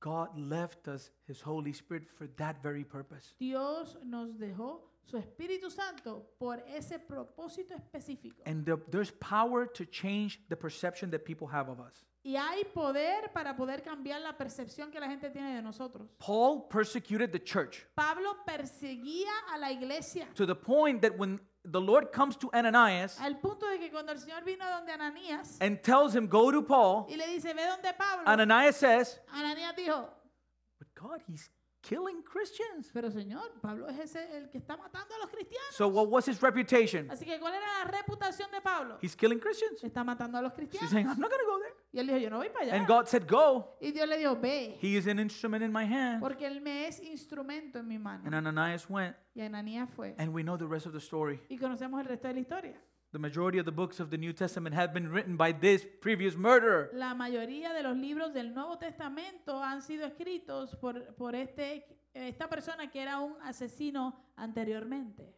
A: God left us His Holy Spirit for that very purpose.
B: Dios nos dejó su Espíritu Santo por ese propósito específico.
A: And the- there's power to change the perception that people have of us.
B: Y hay poder para poder cambiar la percepción que la gente tiene de nosotros.
A: Paul persecuted the church.
B: Pablo perseguía a la iglesia
A: to the point that when the Lord comes to Ananias
B: al punto de que cuando el Señor vino donde Ananías
A: and tells him, Go to Paul,
B: y le dice, ve donde Pablo,
A: Ananias says,
B: Ananías dijo,
A: But God, he's killing Christians.
B: pero Señor, Pablo es ese el que está matando a los cristianos.
A: So, what was his reputation?
B: Así que, ¿cuál era la reputación de Pablo?
A: He's killing Christians.
B: Está matando a los
A: She's
B: cristianos.
A: saying, I'm not going to go there.
B: Y él dijo, yo no voy para
A: And
B: allá.
A: God said, Go.
B: Y Dios le dijo, ve,
A: He is an instrument in my hand.
B: porque él me es instrumento en mi mano.
A: And Ananias went.
B: Y Ananías fue.
A: And we know the rest of the story.
B: Y conocemos el resto de la historia.
A: The majority of the books of the New Testament have been written by this previous murderer.
B: La mayoría de los libros del Nuevo Testamento han sido escritos por, por este, esta persona que era un asesino anteriormente.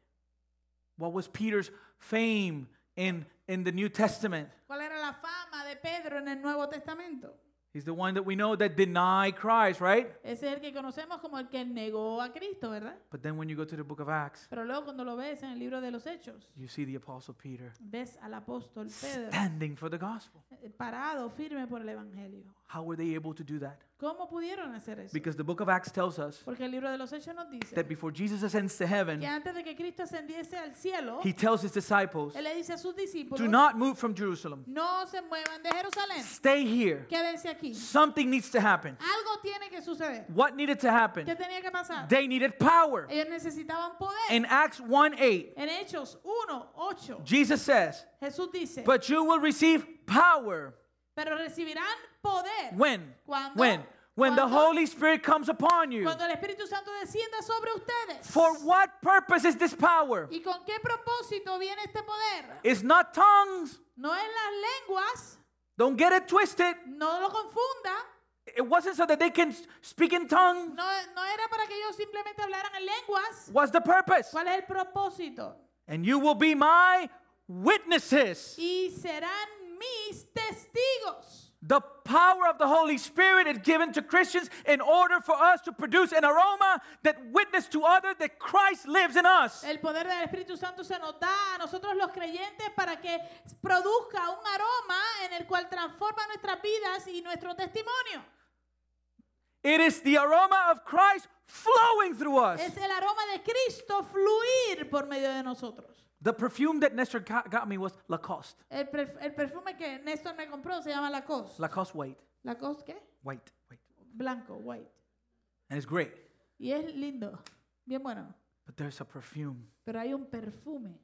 A: What was Peter's fame in, in the New Testament?
B: ¿Cuál era la fama de Pedro en el Nuevo Testamento?
A: He's the one that we know that denied Christ, right?
B: Ese es el que conocemos como el que negó a Cristo, ¿verdad?
A: But then when you go to the book of Acts,
B: Pero luego cuando lo ves en el libro de los Hechos,
A: you see the apostle Peter
B: ves al apóstol Pedro
A: standing for the gospel.
B: eh, parado firme por el Evangelio.
A: How were they able to do that?
B: ¿Cómo pudieron hacer eso?
A: Because the book of Acts tells us
B: Porque el libro de los Hechos nos dice
A: that before Jesus ascends to
B: que
A: heaven,
B: antes de que Cristo ascendiese al cielo,
A: he tells his disciples,
B: Él le dice a sus discípulos,
A: Do not move from Jerusalem.
B: no se muevan de Jerusalén,
A: Stay here.
B: quédense aquí.
A: Something needs to happen.
B: Algo tiene que suceder.
A: What needed to
B: ¿Qué
A: happen?
B: tenía que pasar?
A: They needed power.
B: Ellos necesitaban poder.
A: In Acts 1 8,
B: En Hechos 1, 8,
A: Jesus says,
B: Jesús dice,
A: Pues, But you will receive power
B: pero recibirán poder
A: when?
B: cuando
A: When? When the
B: Cuando-
A: Holy Spirit comes upon you,
B: Cuando el Espíritu Santo descienda sobre ustedes.
A: for what purpose is this power?
B: ¿Y con qué propósito viene este poder?
A: It's not tongues.
B: No es las lenguas,
A: Don't get it twisted.
B: no lo confunda.
A: It wasn't so that they can s- speak in tongues.
B: No, no era para que ellos simplemente hablaran en lenguas.
A: What's the purpose?
B: ¿Cuál es el propósito?
A: And you will be my witnesses.
B: Y serán mis testigos.
A: The power of the Holy Spirit is given to Christians in order for us to produce an aroma that witness to others that Christ lives in us.
B: El poder del Espíritu Santo se nos da a nosotros los creyentes para que produzca un aroma en el cual transforma nuestras vidas y nuestro testimonio.
A: It is the aroma of Christ flowing through us.
B: Es el aroma de Cristo fluir por medio de nosotros.
A: The perfume that Nestor got, got me was Lacoste.
B: El, perf- el perfume que Néstor me compró se llama Lacoste.
A: Lacoste white.
B: ¿Lacoste qué?
A: White. White.
B: Blanco, white.
A: And it's great.
B: Y es lindo, bien bueno.
A: But there's a perfume
B: Pero hay un perfume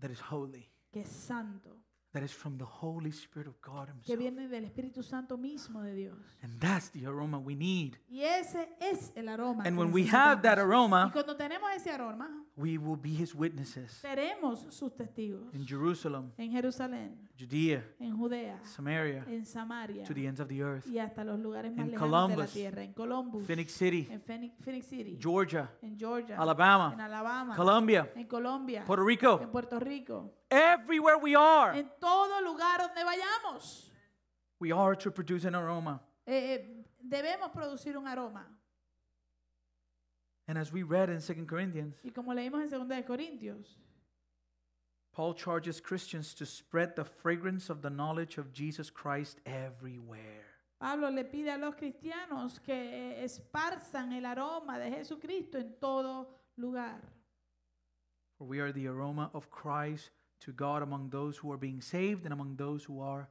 A: that is holy,
B: que es santo,
A: that is from the Holy Spirit of God
B: que
A: Himself.
B: viene del Espíritu Santo mismo de Dios.
A: And that's the aroma we need.
B: Y ese es el aroma.
A: And
B: que
A: when we have that
B: necesitamos. Y
A: aroma,
B: cuando tenemos ese aroma,
A: we will be His witnesses
B: seremos sus testigos
A: in Jerusalem,
B: en Jerusalén,
A: Judea,
B: en Judea,
A: Samaria,
B: en Samaria
A: to the ends of the earth,
B: y hasta los lugares más
A: In
B: lejanos de la
A: Columbus,
B: tierra, en Columbus,
A: Phoenix City,
B: en Phoenix, Phoenix City,
A: Georgia,
B: en Georgia, en
A: Alabama,
B: Alabama,
A: Colombia,
B: en Colombia,
A: Puerto Rico,
B: en Puerto Rico,
A: everywhere we are,
B: en todo lugar donde vayamos.
A: we are to produce an aroma.
B: eh, eh, debemos producir un aroma.
A: And as we read in 2 Corinthians,
B: Y como leímos en 2 de Corintios,
A: Paul charges Christians to spread the fragrance of the knowledge of Jesus Christ everywhere.
B: Pablo le pide a los cristianos que eh, esparzan el aroma de Jesucristo en todo lugar.
A: For we are the aroma of Christ to God among those who are being saved and among those who are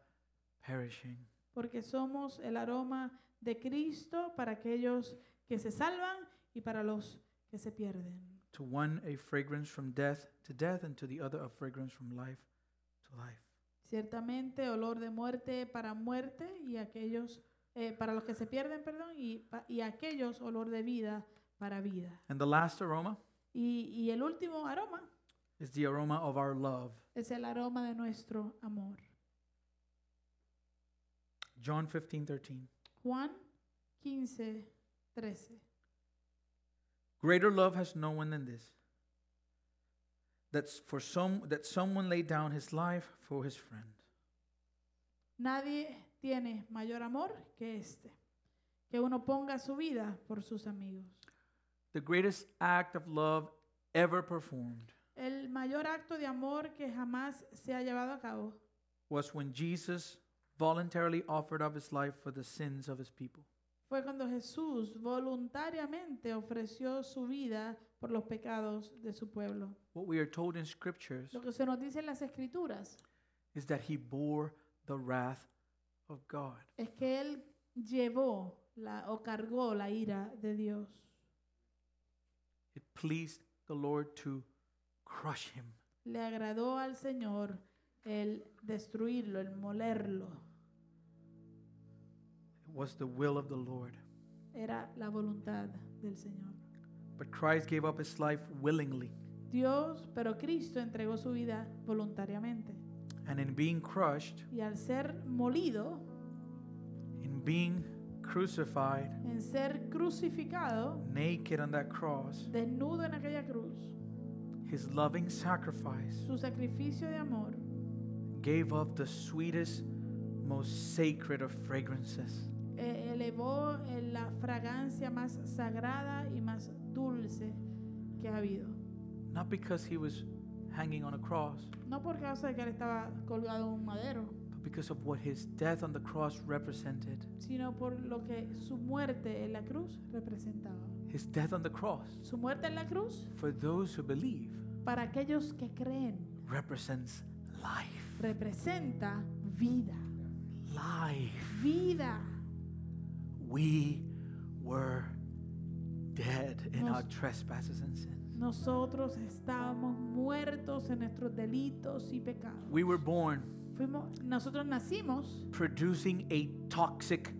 A: perishing.
B: Porque somos el aroma de Cristo para aquellos que se salvan y para los que se pierden.
A: To one, a fragrance from death to death, and to the other, a fragrance from life to life.
B: Ciertamente, olor de muerte para muerte y aquellos, eh, para los que se pierden, perdón, y, pa- y aquellos, olor de vida para vida.
A: And the last aroma
B: Y, y el último aroma
A: is the aroma of our love.
B: es el aroma de nuestro amor.
A: John 15 13.
B: Juan 15, 13.
A: Greater love has no one than this. That's for some that someone laid down his life for his friend.
B: Nadie tiene mayor amor que este, que uno ponga su vida por sus amigos.
A: The greatest act of love ever performed
B: El mayor acto de amor que jamás se ha llevado a cabo
A: was when Jesus voluntarily offered up his life for the sins of his people.
B: fue cuando Jesús voluntariamente ofreció su vida por los pecados de su pueblo.
A: What we are told in scriptures
B: Lo que se nos dice en las escrituras
A: is that he bore the wrath of God.
B: es que Él llevó la, o cargó la ira de Dios.
A: It pleased the Lord to crush him.
B: Le agradó al Señor el destruirlo, el molerlo.
A: It was the will of the Lord.
B: Era la voluntad del Señor.
A: But Christ gave up his life willingly,
B: Dios, pero Cristo entregó su vida voluntariamente.
A: and in being crushed,
B: Y al ser molido,
A: in being crucified,
B: en ser crucificado,
A: naked on that cross,
B: desnudo en aquella cruz,
A: his loving sacrifice
B: su sacrificio de amor
A: gave up the sweetest, most sacred of fragrances.
B: eh, elevó en la fragancia más sagrada y más dulce que ha habido.
A: Not because he was hanging on a cross,
B: No por causa de que él estaba colgado en un madero,
A: but because of what his death on the cross represented.
B: sino por lo que su muerte en la cruz representaba.
A: His death on the cross,
B: Su muerte en la cruz,
A: for those who believe,
B: para aquellos que creen,
A: represents life.
B: representa vida.
A: Life.
B: Vida.
A: We were dead in
B: Nos-
A: our trespasses and sins.
B: Nosotros estábamos muertos en nuestros delitos y pecados.
A: We were born
B: Fuimos, nosotros nacimos
A: producing a toxic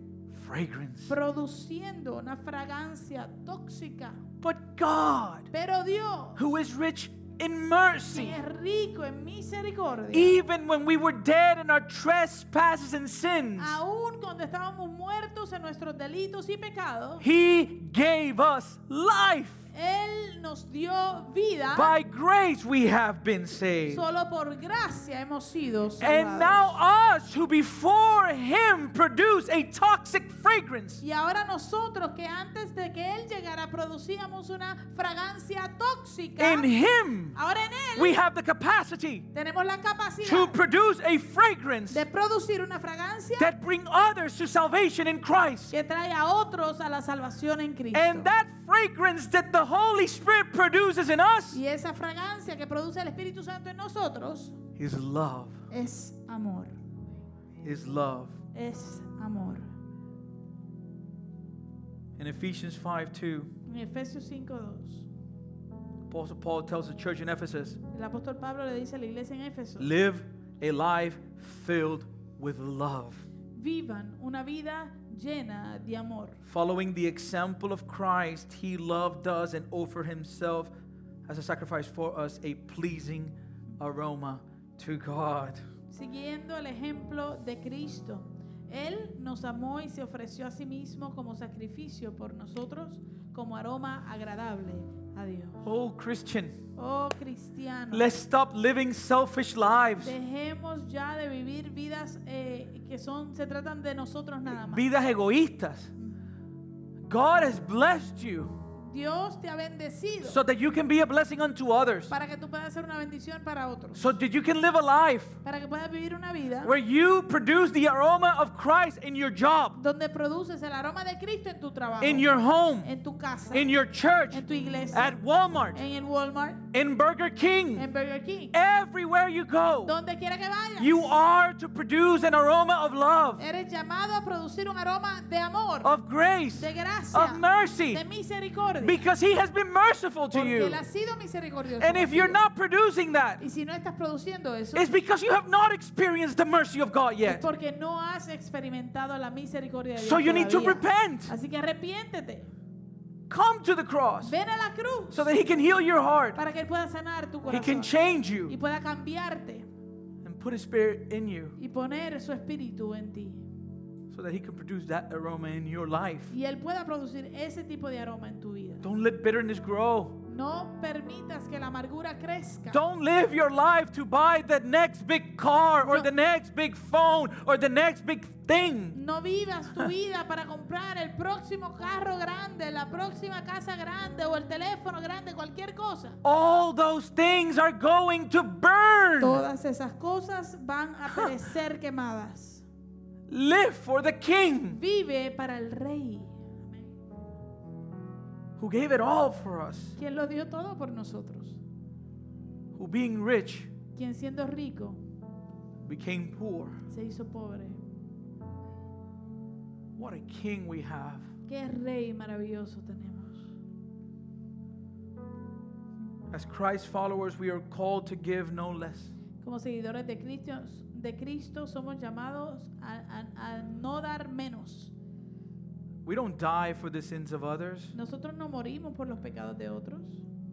A: fragrance.
B: produciendo una fragancia tóxica.
A: But God,
B: Pero Dios,
A: who is rich in
B: que
A: mercy,
B: es rico en misericordia,
A: even when we were dead in our trespasses and sins,
B: aun cuando estábamos muertos en nuestros delitos y pecados,
A: He gave us life.
B: Él nos dio vida.
A: By grace we have been saved.
B: Solo por gracia hemos sido
A: And
B: salvados.
A: now us who before him produce a toxic fragrance.
B: Y ahora nosotros que antes de que Él llegara producíamos una fragancia tóxica,
A: In him
B: ahora en Él
A: we have the capacity
B: tenemos la
A: to
B: capacidad
A: produce a fragrance
B: de producir una fragancia
A: that bring others to salvation in Christ.
B: que trae a otros a la salvación en Cristo.
A: And that fragrance that the Holy Spirit produces in us
B: Y esa fragancia que produce el Espíritu Santo en nosotros
A: is love.
B: es amor,
A: Is love.
B: es amor.
A: In Ephesians 5 2,
B: En Efesios 5.2,
A: Apostle Paul tells the church in Ephesus
B: el apóstol Pablo le dice a la iglesia en Éfeso,
A: live a life filled with love.
B: vivan una vida llena de amor.
A: Following the example of Christ, he loved us and offered himself as a sacrifice for us, a pleasing aroma to God.
B: Siguiendo el ejemplo de Cristo, Él nos amó y se ofreció a sí mismo como sacrificio por nosotros, como aroma agradable a Dios.
A: Oh, Christian,
B: Oh cristiano,
A: let's stop living selfish lives.
B: dejemos ya de vivir vidas eh, que son, se tratan de nosotros nada más.
A: Vidas egoístas. God has blessed you
B: Dios te ha bendecido
A: so that you can be a blessing unto others,
B: para que tú puedas ser una bendición para otros,
A: so that you can live a life
B: para que puedas vivir una vida
A: where you produce the aroma of Christ in your job,
B: donde produces el aroma de Cristo en tu trabajo,
A: in your home,
B: en tu casa,
A: in your church,
B: en tu iglesia,
A: at Walmart,
B: en el Walmart,
A: in Burger King.
B: en Burger King.
A: Everywhere you go,
B: Donde quiera que vayas,
A: you are to produce an aroma of love,
B: eres llamado a producir un aroma de amor,
A: of grace,
B: de gracia,
A: of mercy,
B: de misericordia,
A: because He has been merciful to
B: porque
A: you.
B: él ha sido misericordioso.
A: And if you're
B: contigo.
A: not producing that,
B: y si no estás produciendo eso,
A: it's because you have not experienced the mercy of God
B: es
A: yet.
B: porque no has experimentado la misericordia de Dios.
A: So you need to
B: todavía.
A: repent.
B: Así que arrepiéntete.
A: Come to the cross
B: Ven a la cruz
A: so that He can heal your heart,
B: para que Él pueda sanar tu
A: He can
B: corazón
A: change
B: y
A: you,
B: pueda cambiarte
A: and put His Spirit in you
B: y poner su espíritu en ti.
A: so that He can produce that aroma in your life.
B: Y Él pueda producir ese tipo de aroma en tu vida.
A: Don't let bitterness grow.
B: No permitas que la amargura crezca.
A: Don't live your life to buy the next big car or
B: No.
A: the next big phone or the next big thing.
B: No vivas tu vida para comprar el próximo carro grande, la próxima casa grande o el teléfono grande, cualquier cosa.
A: All those things are going to burn.
B: Todas esas cosas van a perecer quemadas.
A: Live for the King
B: Vive para el rey,
A: who gave it all for us,
B: quien lo dio todo por nosotros,
A: who being rich
B: quien siendo rico
A: became poor.
B: se hizo pobre.
A: What a King we have.
B: Qué rey maravilloso tenemos.
A: As Christ followers, we are called to give no less.
B: Como seguidores de Cristo, de Cristo somos llamados a, a- a no dar menos.
A: We don't die for the sins of others,
B: Nosotros no morimos por los pecados de otros.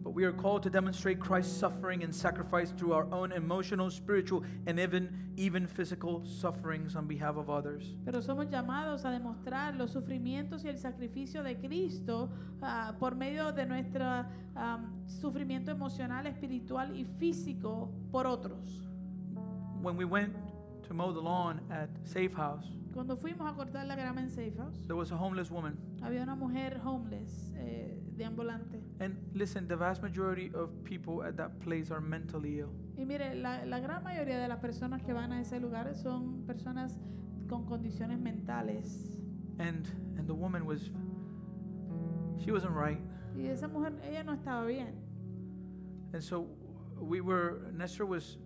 A: but we are called to demonstrate Christ's suffering and sacrifice through our own emotional, spiritual, and even even physical sufferings on behalf of others.
B: Pero somos llamados a demostrar los sufrimientos y el sacrificio de Cristo ah, por medio de nuestro am, sufrimiento emocional, espiritual y físico por otros.
A: When we went to mow the lawn at Safe House,
B: Cuando fuimos a cortar la grama en Safe House,
A: there was a homeless woman.
B: había una mujer homeless, eh, de ambulante.
A: And listen, the vast majority of people at that place are mentally ill.
B: Y mire, la, la gran mayoría de las personas que van a ese lugar son personas con condiciones mentales.
A: And and the woman was she wasn't right.
B: Y esa mujer, ella no estaba bien.
A: And so we were Nestor was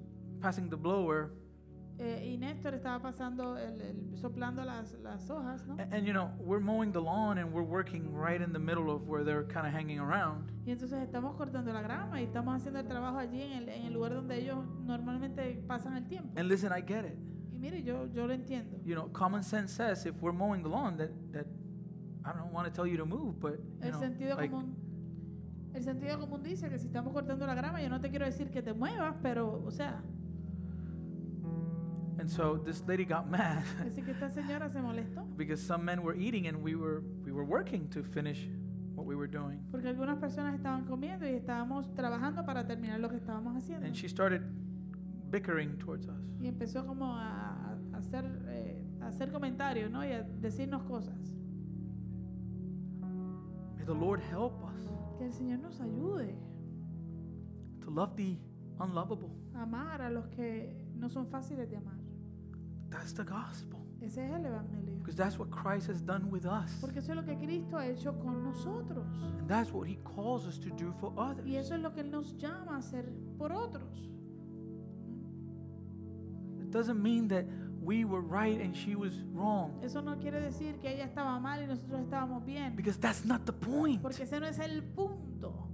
A: passing the blower
B: Eh, y Néstor estaba pasando, el, el- soplando las, las hojas, ¿no?
A: a- and, you know, we're mowing the lawn and we're working right in the middle of where they're kind of hanging around.
B: Y entonces estamos cortando la grama y estamos haciendo el trabajo allí en el, en el lugar donde ellos normalmente pasan el tiempo.
A: And listen, I get it.
B: Y Mire, yo, yo lo entiendo.
A: You know, common sense says if we're mowing the lawn, that, that I don't want to tell you to move, but you
B: El
A: know,
B: sentido
A: like,
B: común. El sentido común dice que si estamos cortando la grama, yo no te quiero decir que te muevas, pero, o sea,
A: and so this lady got mad
B: así que esta señora se molestó.
A: because some men were eating and we were we were working to finish what we were doing,
B: Porque algunas personas estaban comiendo y estábamos trabajando para terminar lo que estábamos haciendo.
A: and she started bickering towards us.
B: Y empezó como a, a hacer, eh, a hacer comentarios, ¿no? Y a decirnos cosas.
A: May the Lord help us
B: Que el Señor nos ayude
A: to love the unlovable.
B: a amar a los que no son fáciles de amar.
A: That's the gospel,
B: Ese es el Evangelio.
A: because that's what Christ has done with us,
B: Porque eso es lo que Cristo ha hecho con nosotros.
A: and that's what He calls us to do for others.
B: Y eso es lo que Él nos llama a hacer por otros.
A: It doesn't mean that we were right and she was wrong.
B: Eso no quiere decir que ella estaba mal y nosotros estábamos bien.
A: Because that's not the point.
B: Porque ese no es el punto.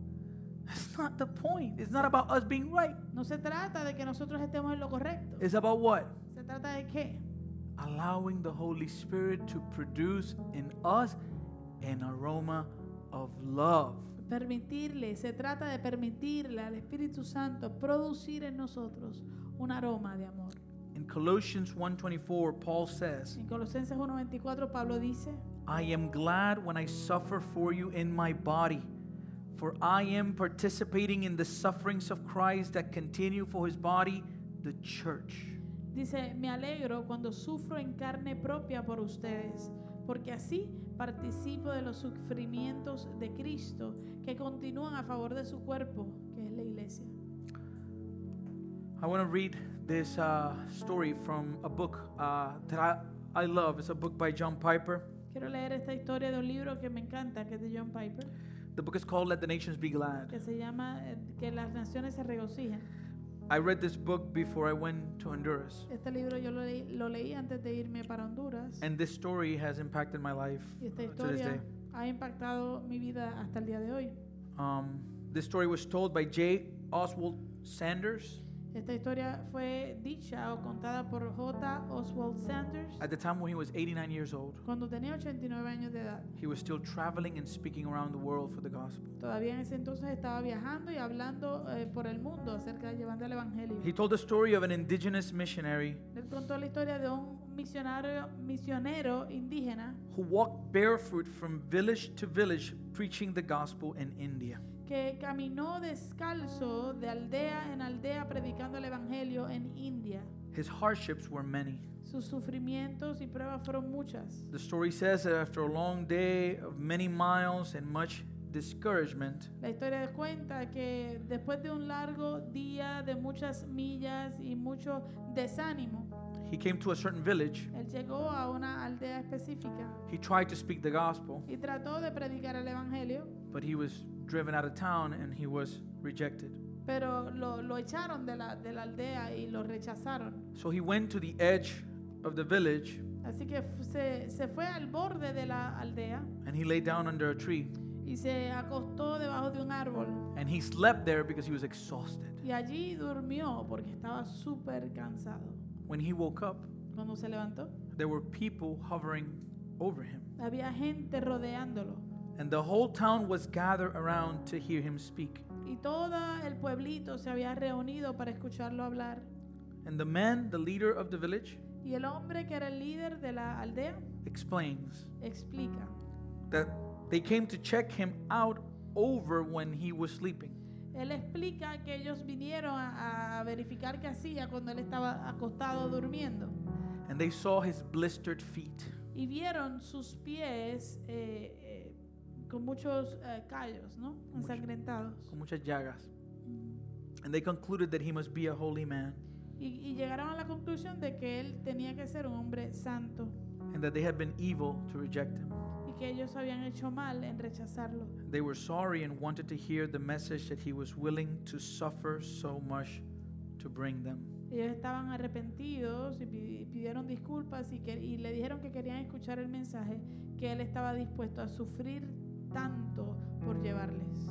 A: That's not the point. It's not about us being right.
B: No se trata de que nosotros estemos en lo correcto.
A: It's about what?
B: Se trata de qué?
A: Allowing the Holy Spirit to produce in us an aroma of love.
B: Permitirle, se trata de permitirle al Espíritu Santo producir en nosotros un aroma de amor.
A: In Colossians 1:24, Paul says,
B: En Colosenses 1:24 Pablo dice,
A: "I am glad when I suffer for you in my body, for I am participating in the sufferings of Christ that continue for his body, the church."
B: dice, me alegro cuando sufro en carne propia por ustedes, porque así participo de los sufrimientos de Cristo que continúan a favor de su cuerpo, que es la iglesia.
A: I want to read this uh, story from a book uh, that I, I love. It's a book by John Piper.
B: Quiero leer esta historia de un libro que me encanta, que es de John Piper,
A: The book is called Let the Nations Be Glad.
B: que se llama eh, Que las naciones se regocijen.
A: I read this book before I went to Honduras,
B: Este libro yo lo leí, lo leí antes de irme para Honduras
A: and this story has impacted my life
B: y esta
A: uh, to this day.
B: historia ha impactado mi vida hasta el día de hoy.
A: Um, this story was told by J. Oswald Sanders.
B: Esta historia fue dicha o contada por J. Oswald Sanders
A: At the time when he was 89 years old,
B: cuando tenía 89 años de edad.
A: he was still traveling and speaking around the world for the gospel.
B: Todavía en ese entonces estaba viajando y hablando eh, por el mundo acerca de llevando el evangelio.
A: He told the story of an indigenous missionary
B: Él contó la historia de un misionario misionero indígena
A: who walked barefoot from village to village preaching the gospel in India.
B: que caminó descalzo de aldea en aldea predicando el evangelio en India.
A: His hardships were many.
B: Sus sufrimientos y pruebas fueron muchas.
A: The story says that after a long day of many miles and much discouragement,
B: La historia cuenta que después de un largo día de muchas millas y mucho desánimo,
A: he came to a certain village.
B: él llegó a una aldea específica
A: He tried to speak the gospel,
B: y trató de predicar el Evangelio,
A: but he was driven out of town and he was rejected.
B: pero lo, lo echaron de la, de la aldea y lo rechazaron.
A: So he went to the edge of the village
B: Así que fu- se, se fue al borde de la aldea
A: and he lay down under a tree
B: y se acostó debajo de un árbol.
A: and he slept there because he was exhausted.
B: Y allí durmió porque estaba súper cansado.
A: When he woke up,
B: Cuando se levantó,
A: there were people hovering over him,
B: había gente rodeándolo.
A: and the whole town was gathered around to hear him speak.
B: Y todo el pueblito se había reunido para escucharlo hablar.
A: And the man, the leader of the village,
B: Y el hombre que era el líder de la aldea
A: explains
B: explica
A: that they came to check him out over when he was sleeping.
B: Él explica que ellos vinieron a, a verificar qué hacía cuando él estaba acostado durmiendo.
A: And they saw his blistered feet,
B: Y vieron sus pies eh, eh, con muchos eh, callos, ¿no? Ensangrentados.
A: con muchas llagas. And they concluded that he must be a holy man
B: Y, y llegaron a la conclusión de que él tenía que ser un hombre santo
A: and that they had been evil to reject him.
B: y que ellos habían hecho mal en rechazarlo.
A: They were sorry and wanted to hear the message that he was willing to suffer so much to bring them.
B: Ellos estaban arrepentidos y pi- pidieron disculpas y, que- y le dijeron que querían escuchar el mensaje que él estaba dispuesto a sufrir tanto por llevarles.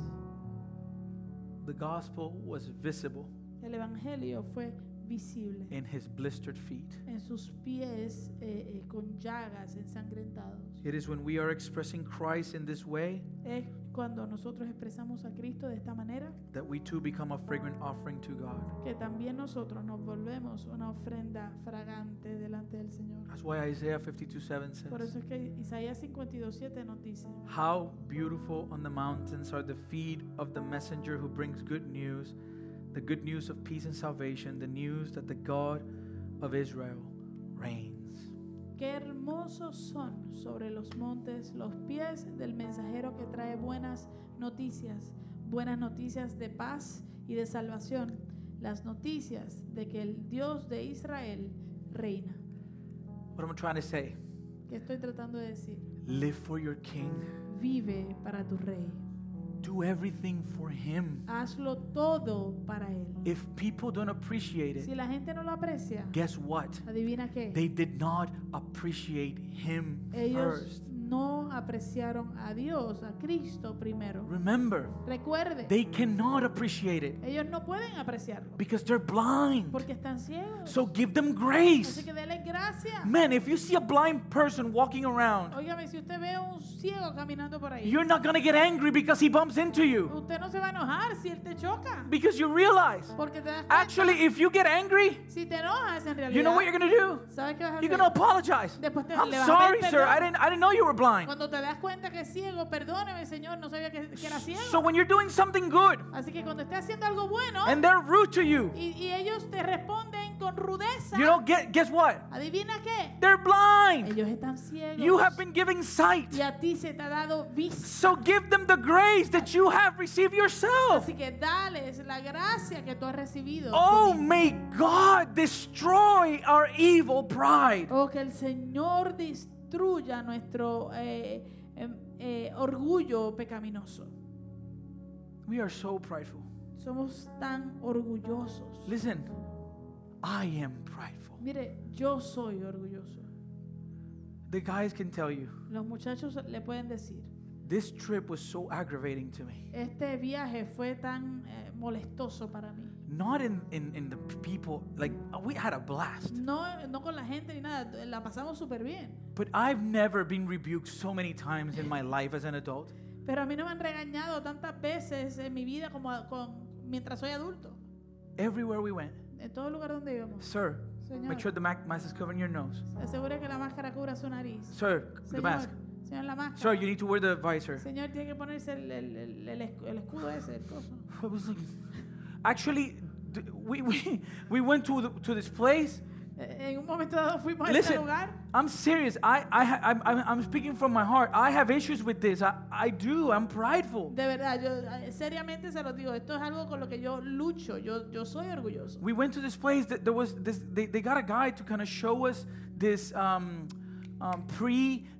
A: The gospel was visible,
B: El Evangelio fue visible
A: in his blistered feet.
B: en sus pies eh, eh, con llagas ensangrentados.
A: It is when we are expressing Christ in this way
B: Es cuando nosotros expresamos a Cristo de esta manera
A: that we too become a fragrant offering to God.
B: que también nosotros nos volvemos una ofrenda fragante delante del Señor.
A: That's why Isaiah 52 7
B: Por
A: says,
B: eso es que Isaías 52.7 nos dice,
A: How beautiful on the mountains are the feet of the messenger who brings good news, the good news of peace and salvation, the news that the God of Israel reigns.
B: Qué hermosos son sobre los montes los pies del mensajero que trae buenas noticias, buenas noticias de paz y de salvación, las noticias de que el Dios de Israel reina.
A: What am I trying to say?
B: ¿Qué estoy tratando de decir?
A: Live for your king,
B: Vive para tu rey.
A: do everything for him.
B: Hazlo todo para él.
A: If people don't appreciate
B: Si
A: it,
B: la gente no lo aprecia,
A: guess what?
B: adivina qué.
A: They did not appreciate him
B: Ellos
A: first.
B: no apreciaron a Dios, a Cristo primero.
A: Remember,
B: Recuerde,
A: they cannot appreciate it
B: ellos no pueden apreciarlo.
A: because they're blind.
B: Porque están ciegos.
A: So give them grace.
B: Así que déle gracias.
A: Man, if you see a blind person walking around,
B: Óigame, si usted ve un ciego caminando por ahí,
A: you're not going to get angry because he bumps into you.
B: usted no se va a enojar si él te choca.
A: Because you realize,
B: Porque te das cuenta,
A: actually, if you get angry,
B: si te enojas en realidad,
A: you know what you're going to do?
B: ¿sabes qué vas a
A: You're going
B: hacer?
A: to apologize.
B: Después te-
A: I'm
B: le vas a
A: sorry,
B: pedir
A: sir. I
B: perdón.
A: didn't, I didn't know you were blind.
B: Cuando te das cuenta que es ciego, perdóname, Señor, no sabía que, que era ciego.
A: So when you're doing something good
B: Así que cuando esté haciendo algo bueno
A: and they're rude to you,
B: y, y ellos te responden con rudeza,
A: you don't get, guess what?
B: adivina qué,
A: They're blind.
B: ellos están ciegos.
A: You have been giving sight.
B: y a ti se te ha dado vista.
A: So give them the grace that you have received yourself.
B: Así que dales la gracia que tú has recibido.
A: Oh, may God destroy our evil pride.
B: Oh, que el Señor destruya nuestro eh, em, eh, orgullo pecaminoso.
A: We are so prideful.
B: Somos tan orgullosos.
A: Listen, I am prideful.
B: Mire, yo soy orgulloso.
A: The guys can tell you
B: Los muchachos le pueden decir,
A: this trip was so aggravating to me.
B: este viaje fue tan eh, molestoso para mí.
A: Not in, in, in the people, like, we had a blast.
B: No, no con la gente ni nada, la pasamos súper bien.
A: But I've never been rebuked so many times in my life as an adult.
B: Pero a mí no me han regañado tantas veces en mi vida como a- con- mientras soy adulto.
A: Everywhere we went,
B: En todo lugar donde íbamos.
A: sir, make sure
B: Señor,
A: the ma- mask is covering your nose.
B: asegure que la máscara cubra su nariz.
A: Sir, the
B: Señor,
A: mask.
B: señor, la máscara.
A: Sir, you need to wear the visor.
B: Señor, tiene que ponerse el, el- el- el escu- el escudo ese, el coso.
A: I was like, actually, d- we, we, we went to, the, to this place.
B: Eh, En un momento dado fuimos a
A: Listen.
B: ese lugar.
A: I'm serious. I, I, ha- I'm, I'm, I'm speaking from my heart. I have issues with this. I, I do. I'm prideful.
B: De verdad, yo eh, seriamente se los digo, esto es algo con lo que yo lucho, yo, yo soy orgulloso.
A: We went to this place. That there was this. They, they got a guy to kind of show us this um, um,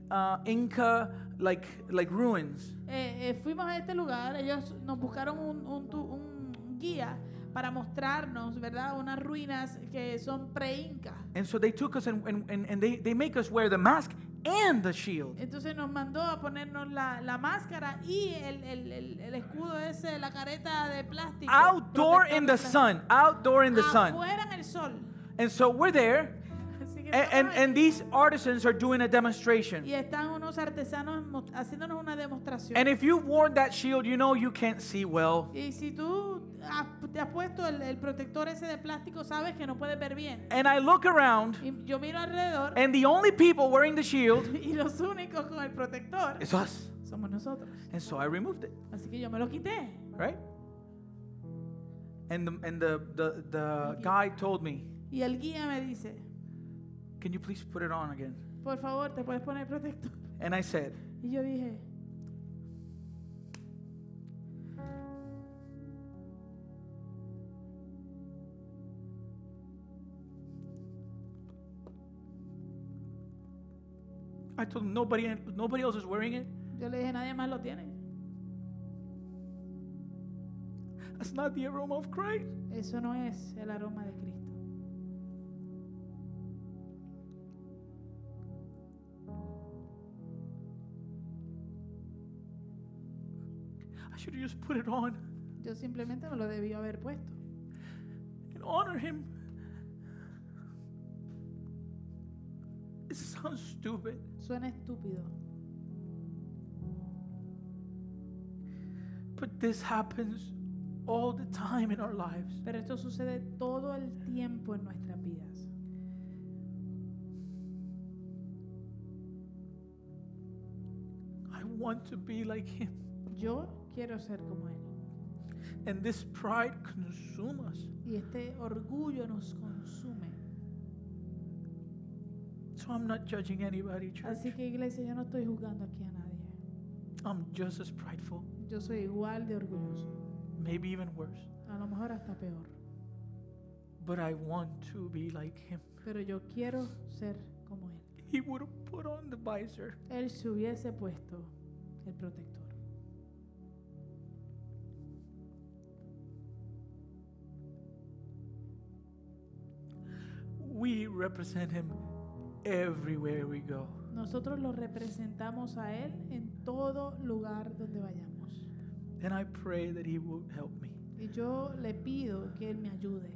A: pre-Inca like like ruins.
B: Eh, eh, fuimos a este lugar, ellos nos buscaron un, un tu- un guía para mostrarnos, ¿verdad? Unas ruinas que son pre-incas.
A: And so they took us and, and, and, and they, they make us wear the mask and the shield.
B: Entonces nos mandó a ponernos la, la máscara y el, el- el- el escudo ese, la careta de plástico.
A: Outdoor
B: protector
A: in
B: de
A: the
B: plástico.
A: sun. Outdoor in the sun.
B: Afuera en el sol.
A: And so we're there.
B: Así que
A: And, and,
B: estamos
A: and
B: ahí.
A: these artisans are doing a
B: y
A: demonstration.
B: están unos artesanos mo- haciéndonos una demostración.
A: And if you've worn that shield, you know you can't see well.
B: y si tú has- te has puesto el, el protector ese de plástico, sabes que no puedes ver bien.
A: And I look around,
B: Y yo miro alrededor
A: and the only people wearing the shield
B: y los únicos con el protector
A: is us.
B: somos nosotros.
A: And so I removed it,
B: Así que yo me lo quité.
A: right? And the, and the, the, the guy told me,
B: Y el guía me dice,
A: Can you please put it on again?
B: por favor, te puedes poner protector.
A: And I said,
B: Y yo dije,
A: I told him, nobody, nobody else is wearing it.
B: yo le dije, nadie más lo tiene.
A: That's not the aroma of Christ.
B: Eso no es el aroma de Cristo.
A: I should have just put it on
B: Yo simplemente me lo debí haber puesto
A: and honor him It sounds stupid,
B: Suena estúpido,
A: but this happens all the time in our lives.
B: pero esto sucede todo el tiempo en nuestras vidas.
A: I want to be like him.
B: Yo quiero ser como Él.
A: And this pride consumes us.
B: Y este orgullo nos consume.
A: So I'm not judging anybody, church.
B: Así que iglesia, yo no estoy juzgando aquí a nadie.
A: I'm just as prideful,
B: Yo soy igual de orgulloso.
A: maybe even worse.
B: A lo mejor hasta peor.
A: But I want to be like him.
B: Pero yo quiero ser como Él.
A: He would have put on the visor.
B: Él se hubiese puesto el protector.
A: We represent him everywhere we go.
B: Nosotros lo representamos a Él en todo lugar donde vayamos.
A: And I pray that he will help me.
B: Y yo le pido que Él me ayude.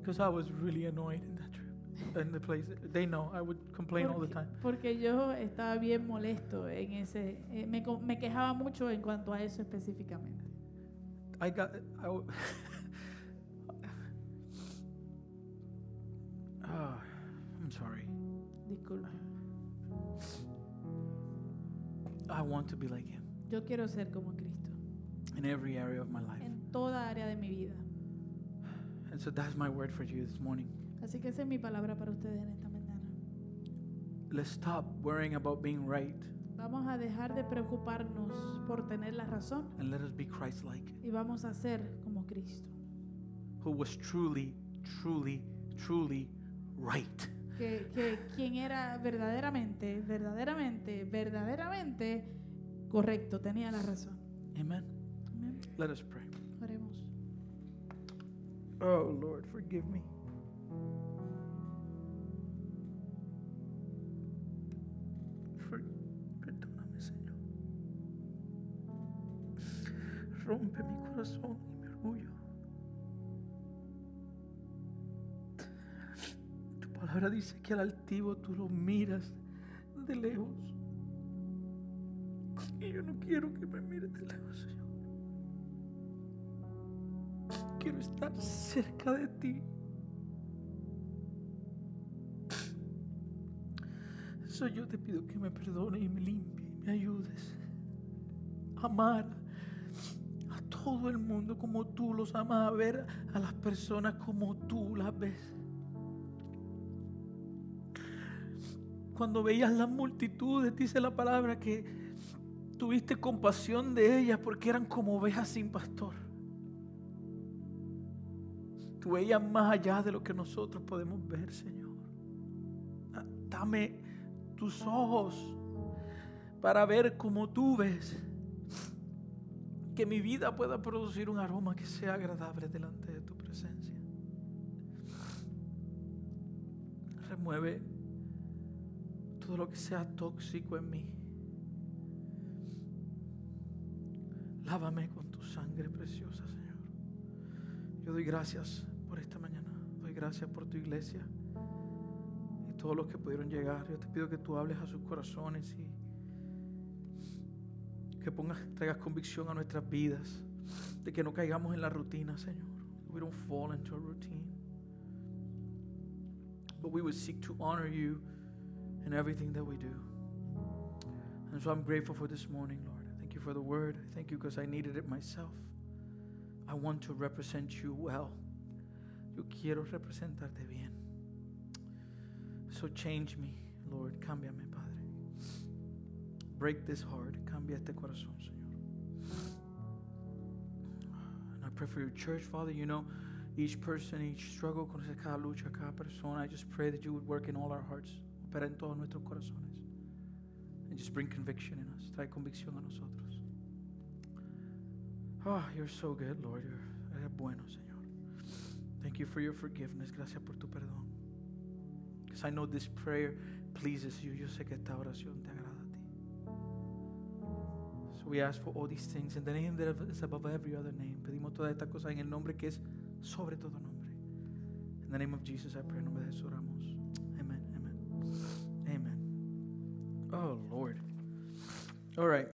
A: Because I was really annoyed in that trip. In the place, they know I would complain all the
B: Porque-
A: time.
B: Porque yo estaba bien molesto en ese... eh, me, co- me quejaba mucho en cuanto a eso específicamente.
A: I got. I w- Ah, I'm sorry.
B: Disculpa.
A: I want to be like him
B: Yo quiero ser como Cristo
A: in every area of my life.
B: en toda área de mi vida.
A: And so that's my word for you this morning.
B: Así que esa es mi palabra para ustedes en esta mañana.
A: Let's stop worrying about being right
B: Vamos a dejar de preocuparnos por tener la razón
A: and let us be Christ like,
B: y vamos a ser como Cristo,
A: who was truly, truly, truly right.
B: que, que quien era verdaderamente, verdaderamente, verdaderamente correcto, tenía la razón.
A: Amen.
B: Amén.
A: Let us pray.
B: Oremos.
A: Oh, Lord, forgive me. For- Perdóname, Señor. Rompe mi corazón y mi orgullo. Tu palabra dice que al altivo tú lo miras de lejos. Y yo no quiero que me mires de lejos, Señor. Quiero estar cerca de ti. Eso yo te pido que me perdone y me limpie y me ayudes. a Amar a todo el mundo como tú los amas, a ver a las personas como tú las ves. Cuando veías las multitudes, dice la palabra que tuviste compasión de ellas porque eran como ovejas sin pastor. Tú veías más allá de lo que nosotros podemos ver, Señor. Ah, Dame tus ojos para ver como tú ves. Que mi vida pueda producir un aroma que sea agradable delante de tu presencia. Remueve todo lo que sea tóxico en mí. Lávame con tu sangre preciosa, Señor. Yo doy gracias por esta mañana. Doy gracias por tu iglesia y todos los que pudieron llegar. Yo te pido que tú hables a sus corazones y que pongas, traigas convicción a nuestras vidas de que no caigamos en la rutina, Señor. We don't fall into a routine. But we would seek to honor you in everything that we do. And so I'm grateful for this morning, Lord. Thank you for the word. Thank you because I needed it myself. I want to represent you well. Yo quiero representarte bien. So change me, Lord. Cámbiame, Padre. Break this heart. Cambia este corazón, Señor. And I pray for your church, Father. You know each person, each struggle, conoces cada lucha, cada persona. I just pray that you would work in all our hearts. Opera en todos nuestros corazones. And just bring conviction in us. Trae convicción a nosotros. Oh, you're so good, Lord. You're, eres bueno, Señor. Thank you for your forgiveness. Gracias por tu perdón. Because I know this prayer pleases you. Yo sé que esta oración te agrada a ti. So we ask for all these things in the name that is above every other name. Pedimos toda esta cosa en el nombre que es sobre todo nombre. In the the name of Jesus, I pray. En nombre de Jesús oramos. Amen. Amen. Amen. Oh, Lord. All right.